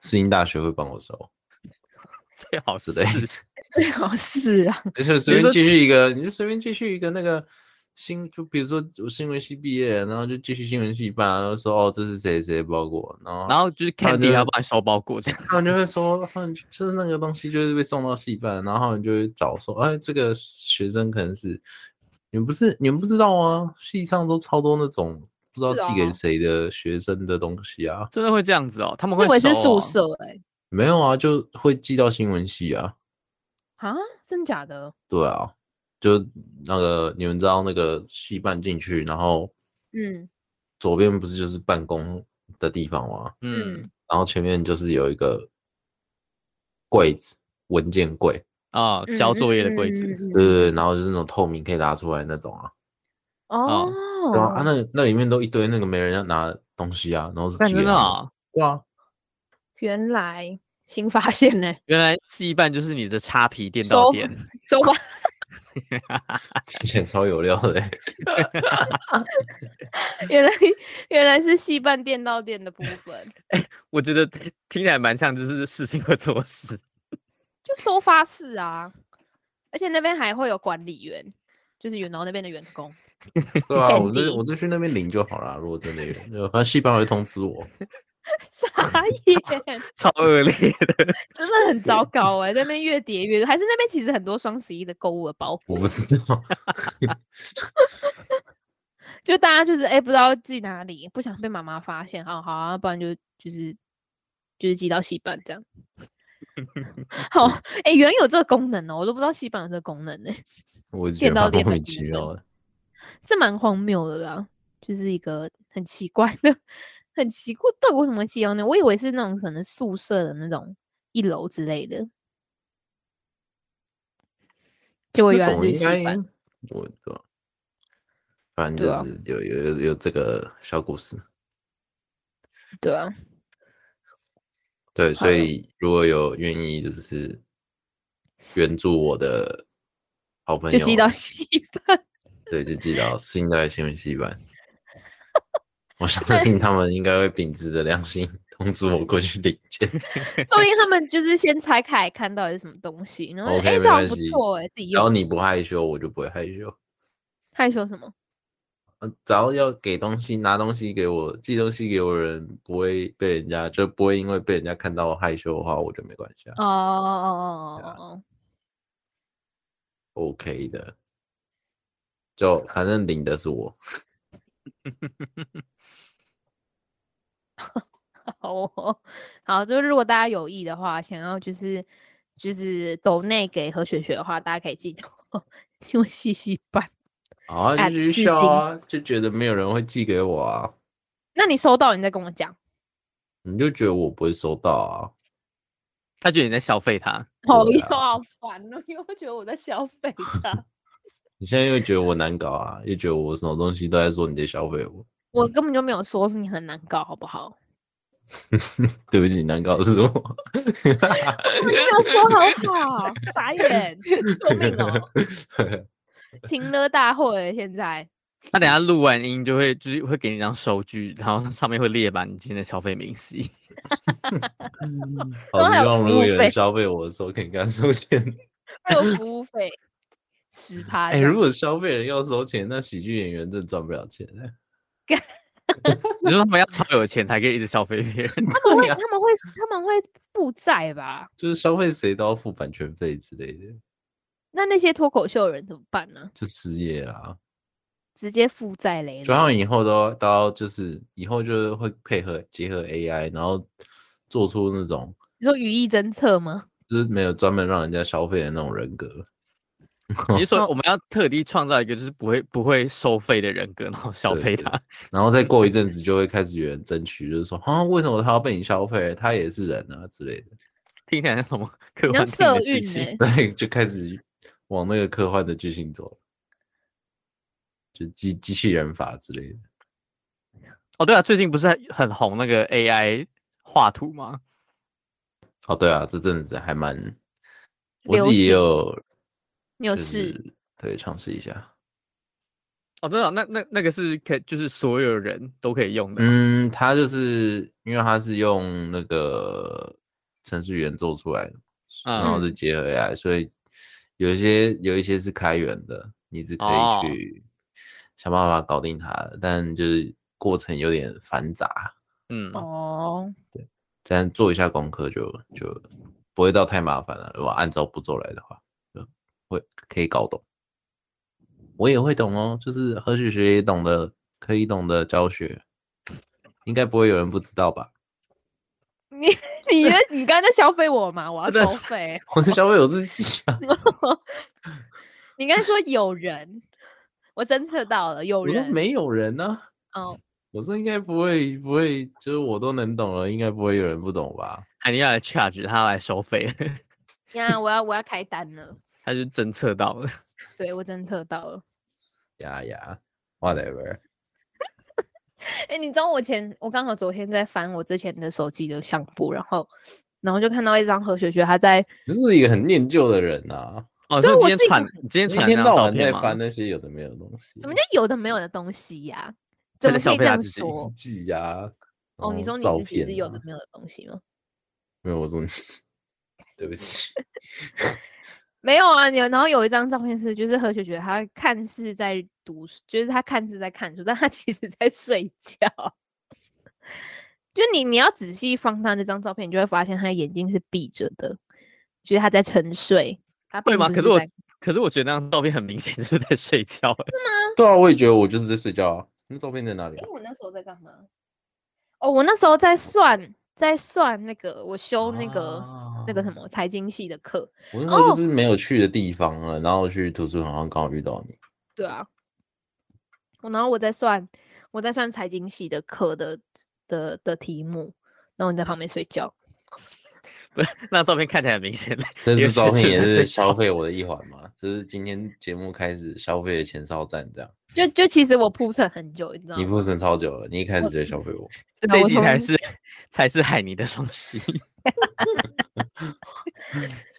Speaker 1: 世新大学会帮我收。
Speaker 2: 最好
Speaker 1: 之
Speaker 2: 是
Speaker 1: 类的
Speaker 3: 最好是啊，
Speaker 1: 你就随便
Speaker 2: 你说
Speaker 1: 继续一个，你就随便继续一个那个新，就比如说我新闻系毕业，然后就继续新闻系办，然后说哦这是谁谁包裹，然后
Speaker 2: 然后就是
Speaker 1: 然后
Speaker 2: Candy
Speaker 1: 就
Speaker 2: 要帮你收包裹这样
Speaker 1: 他
Speaker 2: 子
Speaker 1: 们。就会说，他们就就是那个东西就是被送到戏班，然后他们就会找说，哎，这个学生可能是你们不是你们不知道啊，系上都超多那种不知道
Speaker 3: 是
Speaker 1: 寄
Speaker 2: 啊
Speaker 1: 给
Speaker 3: 哦
Speaker 1: 谁的学生的东西啊，
Speaker 2: 真的会这样子哦，他们
Speaker 3: 我
Speaker 2: 会
Speaker 3: 以为是
Speaker 2: 收
Speaker 3: 宿
Speaker 2: 哦
Speaker 3: 舍哎、
Speaker 1: 没有啊，就会寄到新闻系啊，
Speaker 3: 啊，真假的？
Speaker 1: 对啊，就那个你们知道那个戏办进去，然后
Speaker 3: 嗯
Speaker 1: 左边不是就是办公的地方吗？
Speaker 2: 嗯
Speaker 3: 嗯，
Speaker 1: 然后前面就是有一个柜子，文件柜。
Speaker 2: 啊，交作业的柜子，
Speaker 3: 嗯嗯嗯嗯
Speaker 1: 对
Speaker 3: 嗯嗯
Speaker 1: 对对，然后就是那种透明可以拉出来那种啊，
Speaker 3: 哦，
Speaker 1: 对啊，啊那那里面都一堆那个没人要拿的东西啊，然后是
Speaker 2: 但
Speaker 1: 寄
Speaker 2: 真
Speaker 1: 给
Speaker 2: 的
Speaker 1: 他们
Speaker 3: 哦
Speaker 2: 啊，
Speaker 1: 对 啊，
Speaker 3: 原来新发现呢、
Speaker 2: 原来记一半就是你的叉皮电到
Speaker 3: 收
Speaker 2: 店，
Speaker 3: 走吧，
Speaker 1: 之前超有料 的欸、
Speaker 3: 原来原来是戏办店到店的部分，
Speaker 2: 我觉得听起来蛮像就是事情会做事。
Speaker 3: 就收发室啊，而且那边还会有管理员，就是远劳那边的员工。
Speaker 1: 对啊，我
Speaker 3: 肯
Speaker 1: 就
Speaker 3: 定
Speaker 1: 我就去那边领就好啦。如果真的有，就反正戏班会通知我。
Speaker 3: 傻眼，
Speaker 2: 超恶劣的，
Speaker 3: 真的很糟糕哎、在那边越叠越多，还是那边其实很多双十一的购物的包
Speaker 1: 我
Speaker 3: 裹，
Speaker 1: 不知 道，
Speaker 3: 就大家就是哎、不知道寄哪里，不想被妈妈发现，哦好啊，不然就就是就是寄到戏班这样。好，哎、原来有这个功能哦，我都不知道戏班有这个功能欸呢、
Speaker 1: 我就觉
Speaker 3: 电
Speaker 1: 得
Speaker 3: 到
Speaker 1: 蛮
Speaker 3: 店
Speaker 1: 莫
Speaker 3: 的
Speaker 1: 名
Speaker 3: 部
Speaker 1: 其
Speaker 3: 分
Speaker 1: 妙的。
Speaker 3: 这蛮荒谬的啦，就是一个很奇怪的、很奇怪，到底为什么会寄到那？我以为是那种可能宿舍的那种一楼之类的，结果
Speaker 1: 那
Speaker 3: 原来
Speaker 1: 种
Speaker 3: 是
Speaker 1: 应
Speaker 3: 戏
Speaker 1: 该
Speaker 3: 班。
Speaker 1: 我对啊，反
Speaker 3: 对啊
Speaker 1: 正就是有有有有这个小故事。
Speaker 3: 对啊，
Speaker 1: 对，所
Speaker 3: 好
Speaker 1: 以如果有愿意就是援助我的好朋友，
Speaker 3: 就寄到戏班。
Speaker 1: 对， 就寄到新的新闻系版。我相信他们应该会秉持着良心通知我过去领件。
Speaker 3: 说不定他们就是先拆开来看到底是什么东西，然后哎
Speaker 1: OK，、
Speaker 3: 诶
Speaker 1: 没
Speaker 3: 这好像
Speaker 1: 关
Speaker 3: 不
Speaker 1: 系
Speaker 3: 错哎、自己
Speaker 1: 只要
Speaker 3: 用。
Speaker 1: 你不害羞，我就不会害羞。
Speaker 3: 害羞什么？
Speaker 1: 呃只要要给东西、拿东西给我、寄东西给我的人，不会被人家就不会因为被人家看到害羞的话，我就没关系啊、
Speaker 3: 哦哦哦
Speaker 1: 啊
Speaker 3: 哦哦哦，
Speaker 1: OK 的，就反正领的是我。
Speaker 3: 好 哦，好，就是如果大家有意的话，想要就是就是抖内给何雪雪的话，大家可以记得新闻细细版。
Speaker 1: 好啊，
Speaker 3: 啊
Speaker 1: 就继续
Speaker 3: 刺
Speaker 1: 笑啊，就觉得没有人会寄给我啊，
Speaker 3: 那你收到你再跟我讲，
Speaker 1: 你就觉得我不会收到啊。
Speaker 2: 他觉得你在消费他。
Speaker 3: 好
Speaker 1: 对
Speaker 3: 哟，
Speaker 1: 啊
Speaker 3: 哦好烦哦，因为我觉得我在消费 他，
Speaker 1: 你现在又觉得我难搞啊，又觉得我什么东西都在说你在消费我。
Speaker 3: 我根本就没有说是你很难搞，好不好？
Speaker 1: 对不起，难搞的是我。
Speaker 3: 没有说好好，眨眼，救命哦！ 情勒大会现在
Speaker 2: 他等下录完音就会就是会给你一张收据，然后上面会列满你今天的消费明细。
Speaker 1: 好
Speaker 3: 还
Speaker 1: 希
Speaker 3: 有
Speaker 1: 望
Speaker 3: 服
Speaker 1: 如
Speaker 3: 务
Speaker 1: 果有人
Speaker 3: 费
Speaker 1: 消费我的时候，可以跟他收钱。
Speaker 3: 还有服务费十趴
Speaker 1: 哎、
Speaker 3: 这样，
Speaker 1: 如果消费人要收钱，那喜剧演员真的赚不了钱、欸。
Speaker 2: 你说他们要超有钱才可以一直消费别人，
Speaker 3: 他们会他们会他们会负债吧？
Speaker 1: 就是消费谁都要付版权费之类的，
Speaker 3: 那那些脱口秀的人怎么办呢？
Speaker 1: 就失业啦。
Speaker 3: 直接负债累累
Speaker 1: 就。他们以后都要都要就是以后就是会配合结合 AI，然后做出那种
Speaker 3: 你说语义侦 测吗？
Speaker 1: 就是没有专门让人家消费的那种人格。
Speaker 2: 你是说我们要特地创造一个就是不会不会收费的人格，然后消
Speaker 1: 对
Speaker 2: 费
Speaker 1: 对
Speaker 2: 他？
Speaker 1: 然后再过一阵子就会开始有人争取，就是说啊，为什么他要被你消费？他也是人啊之类的。
Speaker 2: 听起来像什么科
Speaker 3: 你
Speaker 2: 幻
Speaker 3: 要
Speaker 2: 电
Speaker 3: 社
Speaker 2: 影的剧
Speaker 3: 运欸
Speaker 2: 情？
Speaker 3: 呢？
Speaker 1: 对，就开始往那个科幻的剧情走了，就机机器人法之类的。
Speaker 2: 哦，对啊，最近不是很很红那个 AI 画图吗？
Speaker 1: 哦，对啊，这阵子还蛮，我
Speaker 3: 流
Speaker 1: 自己也
Speaker 3: 行
Speaker 1: 有，
Speaker 3: 你有
Speaker 1: 就
Speaker 3: 试啊
Speaker 1: 是对，尝试一下。
Speaker 2: 哦，真的哦、那那那个是可以就是所有人都可以用的吗。
Speaker 1: 嗯，它就是因为它是用那个程序员做出来的，然后是
Speaker 3: 嗯
Speaker 1: 结合 AI，所以有一些有一些是开源的，你是可
Speaker 2: 哦
Speaker 1: 以去想办法搞定它的，但就是过程有点繁杂，
Speaker 2: 嗯，
Speaker 3: 哦，
Speaker 1: 但做一下功课就就不会到太麻烦了。如果按照步骤来的话，就会可以搞懂。我也会懂哦，就是何许学也懂的，可以懂的教学，应该不会有人不知道吧？
Speaker 3: 你你的 你刚才在消费我嘛？我要
Speaker 2: 真的
Speaker 3: 收
Speaker 2: 是
Speaker 3: 费。
Speaker 1: 我是消费我自己 啊，
Speaker 3: 你刚才说有人，我侦测到了有
Speaker 1: 我说
Speaker 3: 人。
Speaker 1: 没有人呢、
Speaker 3: 哦，
Speaker 1: 我说应该不会，不会，就是我都能懂了，应该不会有人不懂吧？
Speaker 2: 哎，你要来 charge 他要来收费，
Speaker 3: 呀，我要我要开单了。
Speaker 2: 他就侦测到了。
Speaker 3: 对我侦测到了。
Speaker 1: 呀呀，whatever，
Speaker 3: 哎、你知道我前我刚好昨天在翻我之前的手机的相簿，然后然后就看到一张何雪雪她在
Speaker 1: 就是一个很念旧的人啊，
Speaker 2: 哦，
Speaker 3: 对
Speaker 2: 所以今
Speaker 3: 我
Speaker 2: 天
Speaker 3: 是一个
Speaker 2: 传你今天
Speaker 1: 一
Speaker 2: 传
Speaker 1: 天
Speaker 2: 那
Speaker 1: 到
Speaker 2: 张照
Speaker 1: 晚在
Speaker 2: 片吗？
Speaker 1: 翻那些有的没有的东西。
Speaker 3: 怎么叫有的没有的东西呀、
Speaker 2: 在
Speaker 3: 怎么
Speaker 2: 消
Speaker 3: 可以
Speaker 2: 费
Speaker 3: 这
Speaker 2: 她
Speaker 3: 样
Speaker 2: 自己
Speaker 3: 说？
Speaker 1: 记呀、啊？
Speaker 3: 哦，你
Speaker 1: 然
Speaker 3: 说
Speaker 1: 后
Speaker 3: 你
Speaker 1: 照
Speaker 3: 自己
Speaker 1: 片
Speaker 3: 是有
Speaker 1: 啊
Speaker 3: 的没有的东西吗？
Speaker 1: 没有，我 说你，对不起，
Speaker 3: 没有啊，有然后有一张照片是，就是何雪雪她看似在读书，就是她看似在看书，但她其实在睡觉。就你你要仔细翻她那张照片，你就会发现她眼睛是闭着的，就是她在沉睡。她
Speaker 2: 对
Speaker 3: 并
Speaker 2: 吗？
Speaker 3: 不
Speaker 2: 可
Speaker 3: 是
Speaker 2: 是我
Speaker 3: 在
Speaker 2: 可是我觉得那张照片很明显就是在睡觉 欸。
Speaker 1: 对啊，我也觉得我就是在睡觉啊。那照片在哪里
Speaker 3: 哎、
Speaker 1: 啊？
Speaker 3: 我那时候在干嘛？哦，我那时候在算，在算那个我修哦那个、那个什
Speaker 1: 啊，
Speaker 3: 么财经系的课。
Speaker 1: 我那时候
Speaker 3: 哦
Speaker 1: 就是没有去的地方啊，然后去图书馆，然后刚好遇 到你。
Speaker 3: 对啊，我然后我在算，我在算财经系的课的的的题目，然后你在旁边睡觉。
Speaker 2: 不是，那照片看起来很明显的。
Speaker 1: 这
Speaker 2: 也
Speaker 1: 次
Speaker 2: 是
Speaker 1: 照片
Speaker 2: 正在
Speaker 1: 也
Speaker 2: 睡
Speaker 1: 是
Speaker 2: 觉
Speaker 1: 消费我的一环嘛，这是今天节目开始消费的前哨站，这样。
Speaker 3: 就就其实我铺陈很久，你知道
Speaker 1: 你
Speaker 3: 吗？
Speaker 1: 付成超久了，你一开始就在消费我，
Speaker 3: 对啊
Speaker 2: 这一
Speaker 3: 我
Speaker 2: 集
Speaker 3: 从
Speaker 2: 才是才是海尼的双十一。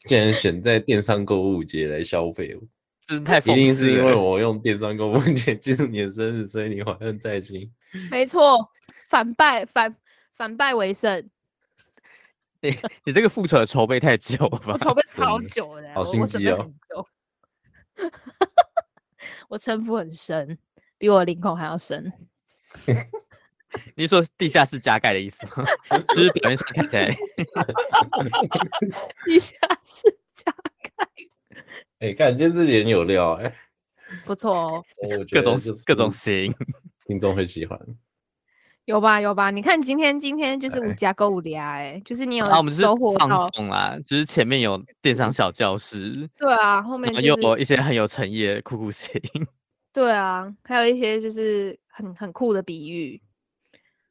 Speaker 1: 竟然选在电商购物节来消费 我，
Speaker 2: 真是太讽刺
Speaker 1: 一
Speaker 2: 了，
Speaker 1: 定是
Speaker 3: 欸
Speaker 1: 因为我用电商购物节 记住你的生日，所以你怀恨在心。
Speaker 3: 没错，反败反反败 为胜，
Speaker 2: 你你这个复仇的筹备太久了吧
Speaker 3: 我？筹备
Speaker 1: 真
Speaker 3: 超
Speaker 1: 的
Speaker 3: 久的，
Speaker 1: 好
Speaker 3: 我
Speaker 1: 心
Speaker 3: 我准
Speaker 1: 机
Speaker 3: 备
Speaker 1: 哦
Speaker 3: 很久， 我城府很深，比我的领口还要深。
Speaker 2: 你是说地下室加盖的意思吗？ 就是表面上看起来，
Speaker 3: 地下室加
Speaker 1: 哎、看今天自己很有料哎、
Speaker 3: 不错哦，
Speaker 1: 我觉
Speaker 2: 各
Speaker 1: 得
Speaker 2: 种
Speaker 1: 就是
Speaker 2: 各种型，
Speaker 1: 听众会喜欢。
Speaker 3: 有吧有吧？你看今天今天就是
Speaker 1: 哎
Speaker 3: 五加购物俩，哎，就是你有
Speaker 2: 啊然后我们就是
Speaker 3: 收获到
Speaker 2: 放松啦，就是前面有电商小教室，
Speaker 3: 对啊，后面
Speaker 2: 然后
Speaker 3: 就
Speaker 2: 又
Speaker 3: 是
Speaker 2: 有一些很有诚意的酷酷型，
Speaker 3: 对啊，还有一些就是很很酷的比喻，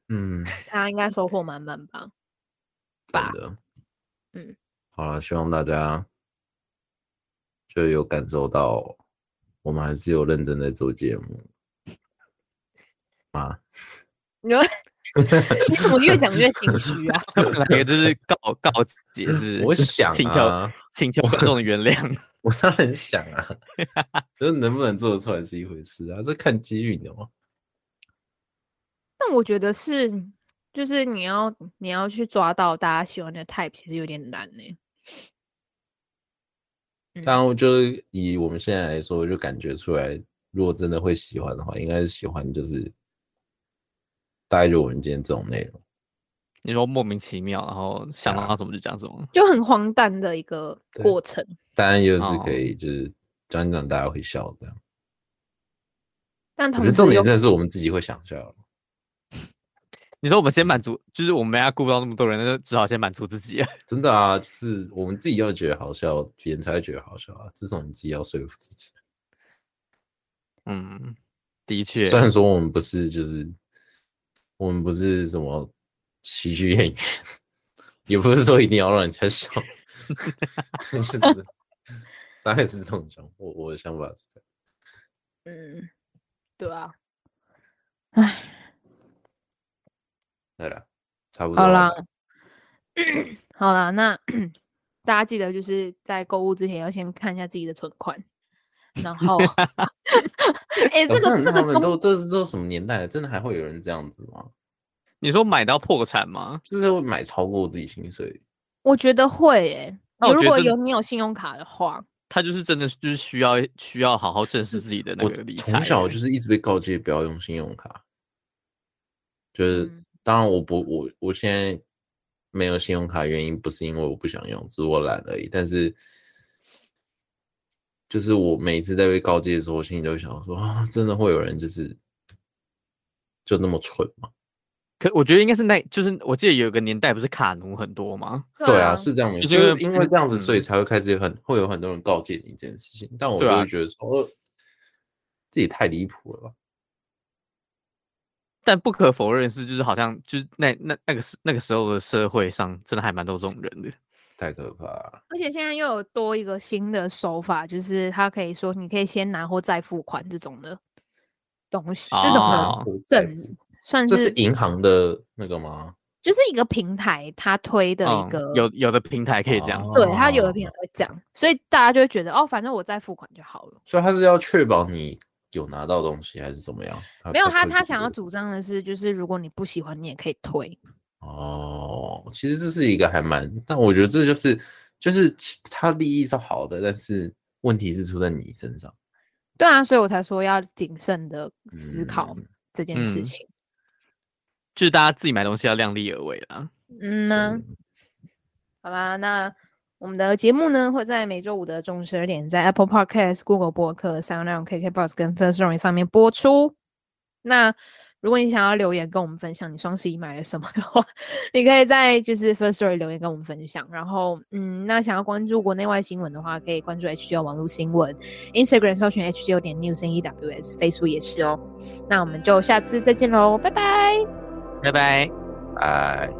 Speaker 1: 嗯，
Speaker 3: 大家应该收获满满吧？ 吧
Speaker 1: 真的。
Speaker 3: 嗯，
Speaker 1: 好了，希望大家就有感受到，我们还啊是有认真在做节目。
Speaker 3: 你说你怎么越讲越心虚啊？
Speaker 2: 来个就是告告解释，
Speaker 1: 我想
Speaker 2: 请求
Speaker 1: 啊，
Speaker 2: 请求观众的原谅。
Speaker 1: 我当然想啊， 就是能不能做得出来是一回事啊，这看机遇的嘛。
Speaker 3: 但我觉得是，就是你要你要去抓到大家喜欢的 type，其实有点难呢、嗯
Speaker 1: 当然，我就是以我们现在来说，我就感觉出来，如果真的会喜欢的话，应该是喜欢就是大概就我们今天这种内容，
Speaker 2: 你说莫名其妙，然后想
Speaker 1: 啊
Speaker 2: 到什么就讲什么，
Speaker 3: 就很荒诞的一个
Speaker 1: 对
Speaker 3: 过程。
Speaker 1: 当然又是
Speaker 2: 哦
Speaker 1: 可以就是讲讲大家会笑这样。
Speaker 3: 但
Speaker 1: 我
Speaker 3: 同
Speaker 1: 觉得
Speaker 3: 时
Speaker 1: 重点
Speaker 3: 又
Speaker 1: 真的是我们自己会想笑。
Speaker 2: 你说我们先满足，就是我们要顾不到那么多人，那就只好先满足自己。
Speaker 1: 真的啊，就是我们自己要觉得好笑，别人才会觉得好笑啊。至少你自己要说服自己。
Speaker 2: 嗯，的确，
Speaker 1: 虽然说我们不是就是我们不是什么喜剧演员， 也不是说一定要让人家笑， 就是大概是这种想法。我我的想法是这样。
Speaker 3: 嗯，对啊，
Speaker 1: 对了，差不多哦
Speaker 3: 好
Speaker 1: 了
Speaker 3: 啦
Speaker 1: 吧，
Speaker 3: 好啦，那 大家记得就是在购物之前要先看一下自己的存款，然 后，哎、
Speaker 1: 哦
Speaker 3: 这
Speaker 1: 真
Speaker 3: 个
Speaker 1: 的
Speaker 3: 这
Speaker 1: 他
Speaker 3: 个
Speaker 1: 们
Speaker 3: 东
Speaker 1: 都这是都什么年代了？真的还会有人这样子吗？
Speaker 2: 你说买到破产吗？
Speaker 1: 就是会买超过自己薪水，
Speaker 3: 我觉得会诶、
Speaker 2: 那
Speaker 3: 你
Speaker 2: 我
Speaker 3: 如
Speaker 2: 觉得
Speaker 3: 果
Speaker 2: 这
Speaker 3: 有你有信用卡的话，
Speaker 2: 他就是真的是就是需要需要好好正视自己的那
Speaker 1: 我
Speaker 2: 个理财。
Speaker 1: 从小就是一直被告诫不要用信用卡，就是、
Speaker 3: 嗯
Speaker 1: 当然我不我我现在没有信用卡，原因不是因为我不想用，只是我懒而已。但是就是我每一次在被告诫的时候，我心里都会想说啊，真的会有人就是就那么蠢吗？
Speaker 2: 可我觉得应该是那，就是我记得有个年代不是卡奴很多吗？
Speaker 1: 对啊，是这样没
Speaker 2: 就
Speaker 1: 错，
Speaker 2: 是
Speaker 1: 就
Speaker 2: 因
Speaker 1: 是
Speaker 2: 为
Speaker 1: 因为这样子，所以
Speaker 2: 嗯
Speaker 1: 才会开始很会有很多人告诫你这件事情。但我就
Speaker 2: 对啊
Speaker 1: 会觉得说，呃这也太离谱了吧。
Speaker 2: 但不可否认的是，就是好像就是那那那个时那个时候的社会上，真的还蛮多这种人的。
Speaker 1: 太可怕了！
Speaker 3: 而且现在又有多一个新的手法，就是他可以说你可以先拿或再付款这种的东西，这种的
Speaker 2: 哦
Speaker 3: 政算
Speaker 1: 这
Speaker 3: 是
Speaker 1: 是银行的那个吗？
Speaker 3: 就是一个平台它推的
Speaker 2: 嗯
Speaker 3: 一个，
Speaker 2: 有有的平台可以这样，
Speaker 1: 哦
Speaker 3: 对它有的平台会这样，所以大家就会觉得哦，反正我再付款就好了。
Speaker 1: 所以他是要确保你有拿到东西，还是怎么样？
Speaker 3: 没有他，
Speaker 1: 会
Speaker 3: 他
Speaker 1: 不
Speaker 3: 想要
Speaker 1: 会
Speaker 3: 主张的是，就是如果你不喜欢，你也可以退。
Speaker 1: 哦。其实这是一个还蛮，但我觉得这就是就是其他利益是好的，但是问题是出在你身上。
Speaker 3: 对啊，所以我才说要谨慎的思考
Speaker 1: 嗯
Speaker 3: 这件事
Speaker 2: 嗯
Speaker 3: 情。
Speaker 2: 就是大家自己买东西要量力而为啦。
Speaker 3: 嗯呢、
Speaker 1: 真的
Speaker 3: 好啦，那我们的节目呢会在每周五的中午十二点在 Apple Podcast、Google 播客、SoundOn、KKBox 跟 First Story 上面播出。那如果你想要留言跟我们分享你双十一买了什么的话，你可以在就是 First Story 留言跟我们分享。然后，嗯，那想要关注国内外新闻的话，可以关注 HGO 网络新闻，Instagram 搜寻 HGO 点 News N E W S，Facebook 也是哦。那我们就下次再见喽，拜拜。
Speaker 2: 拜拜。
Speaker 1: 哎。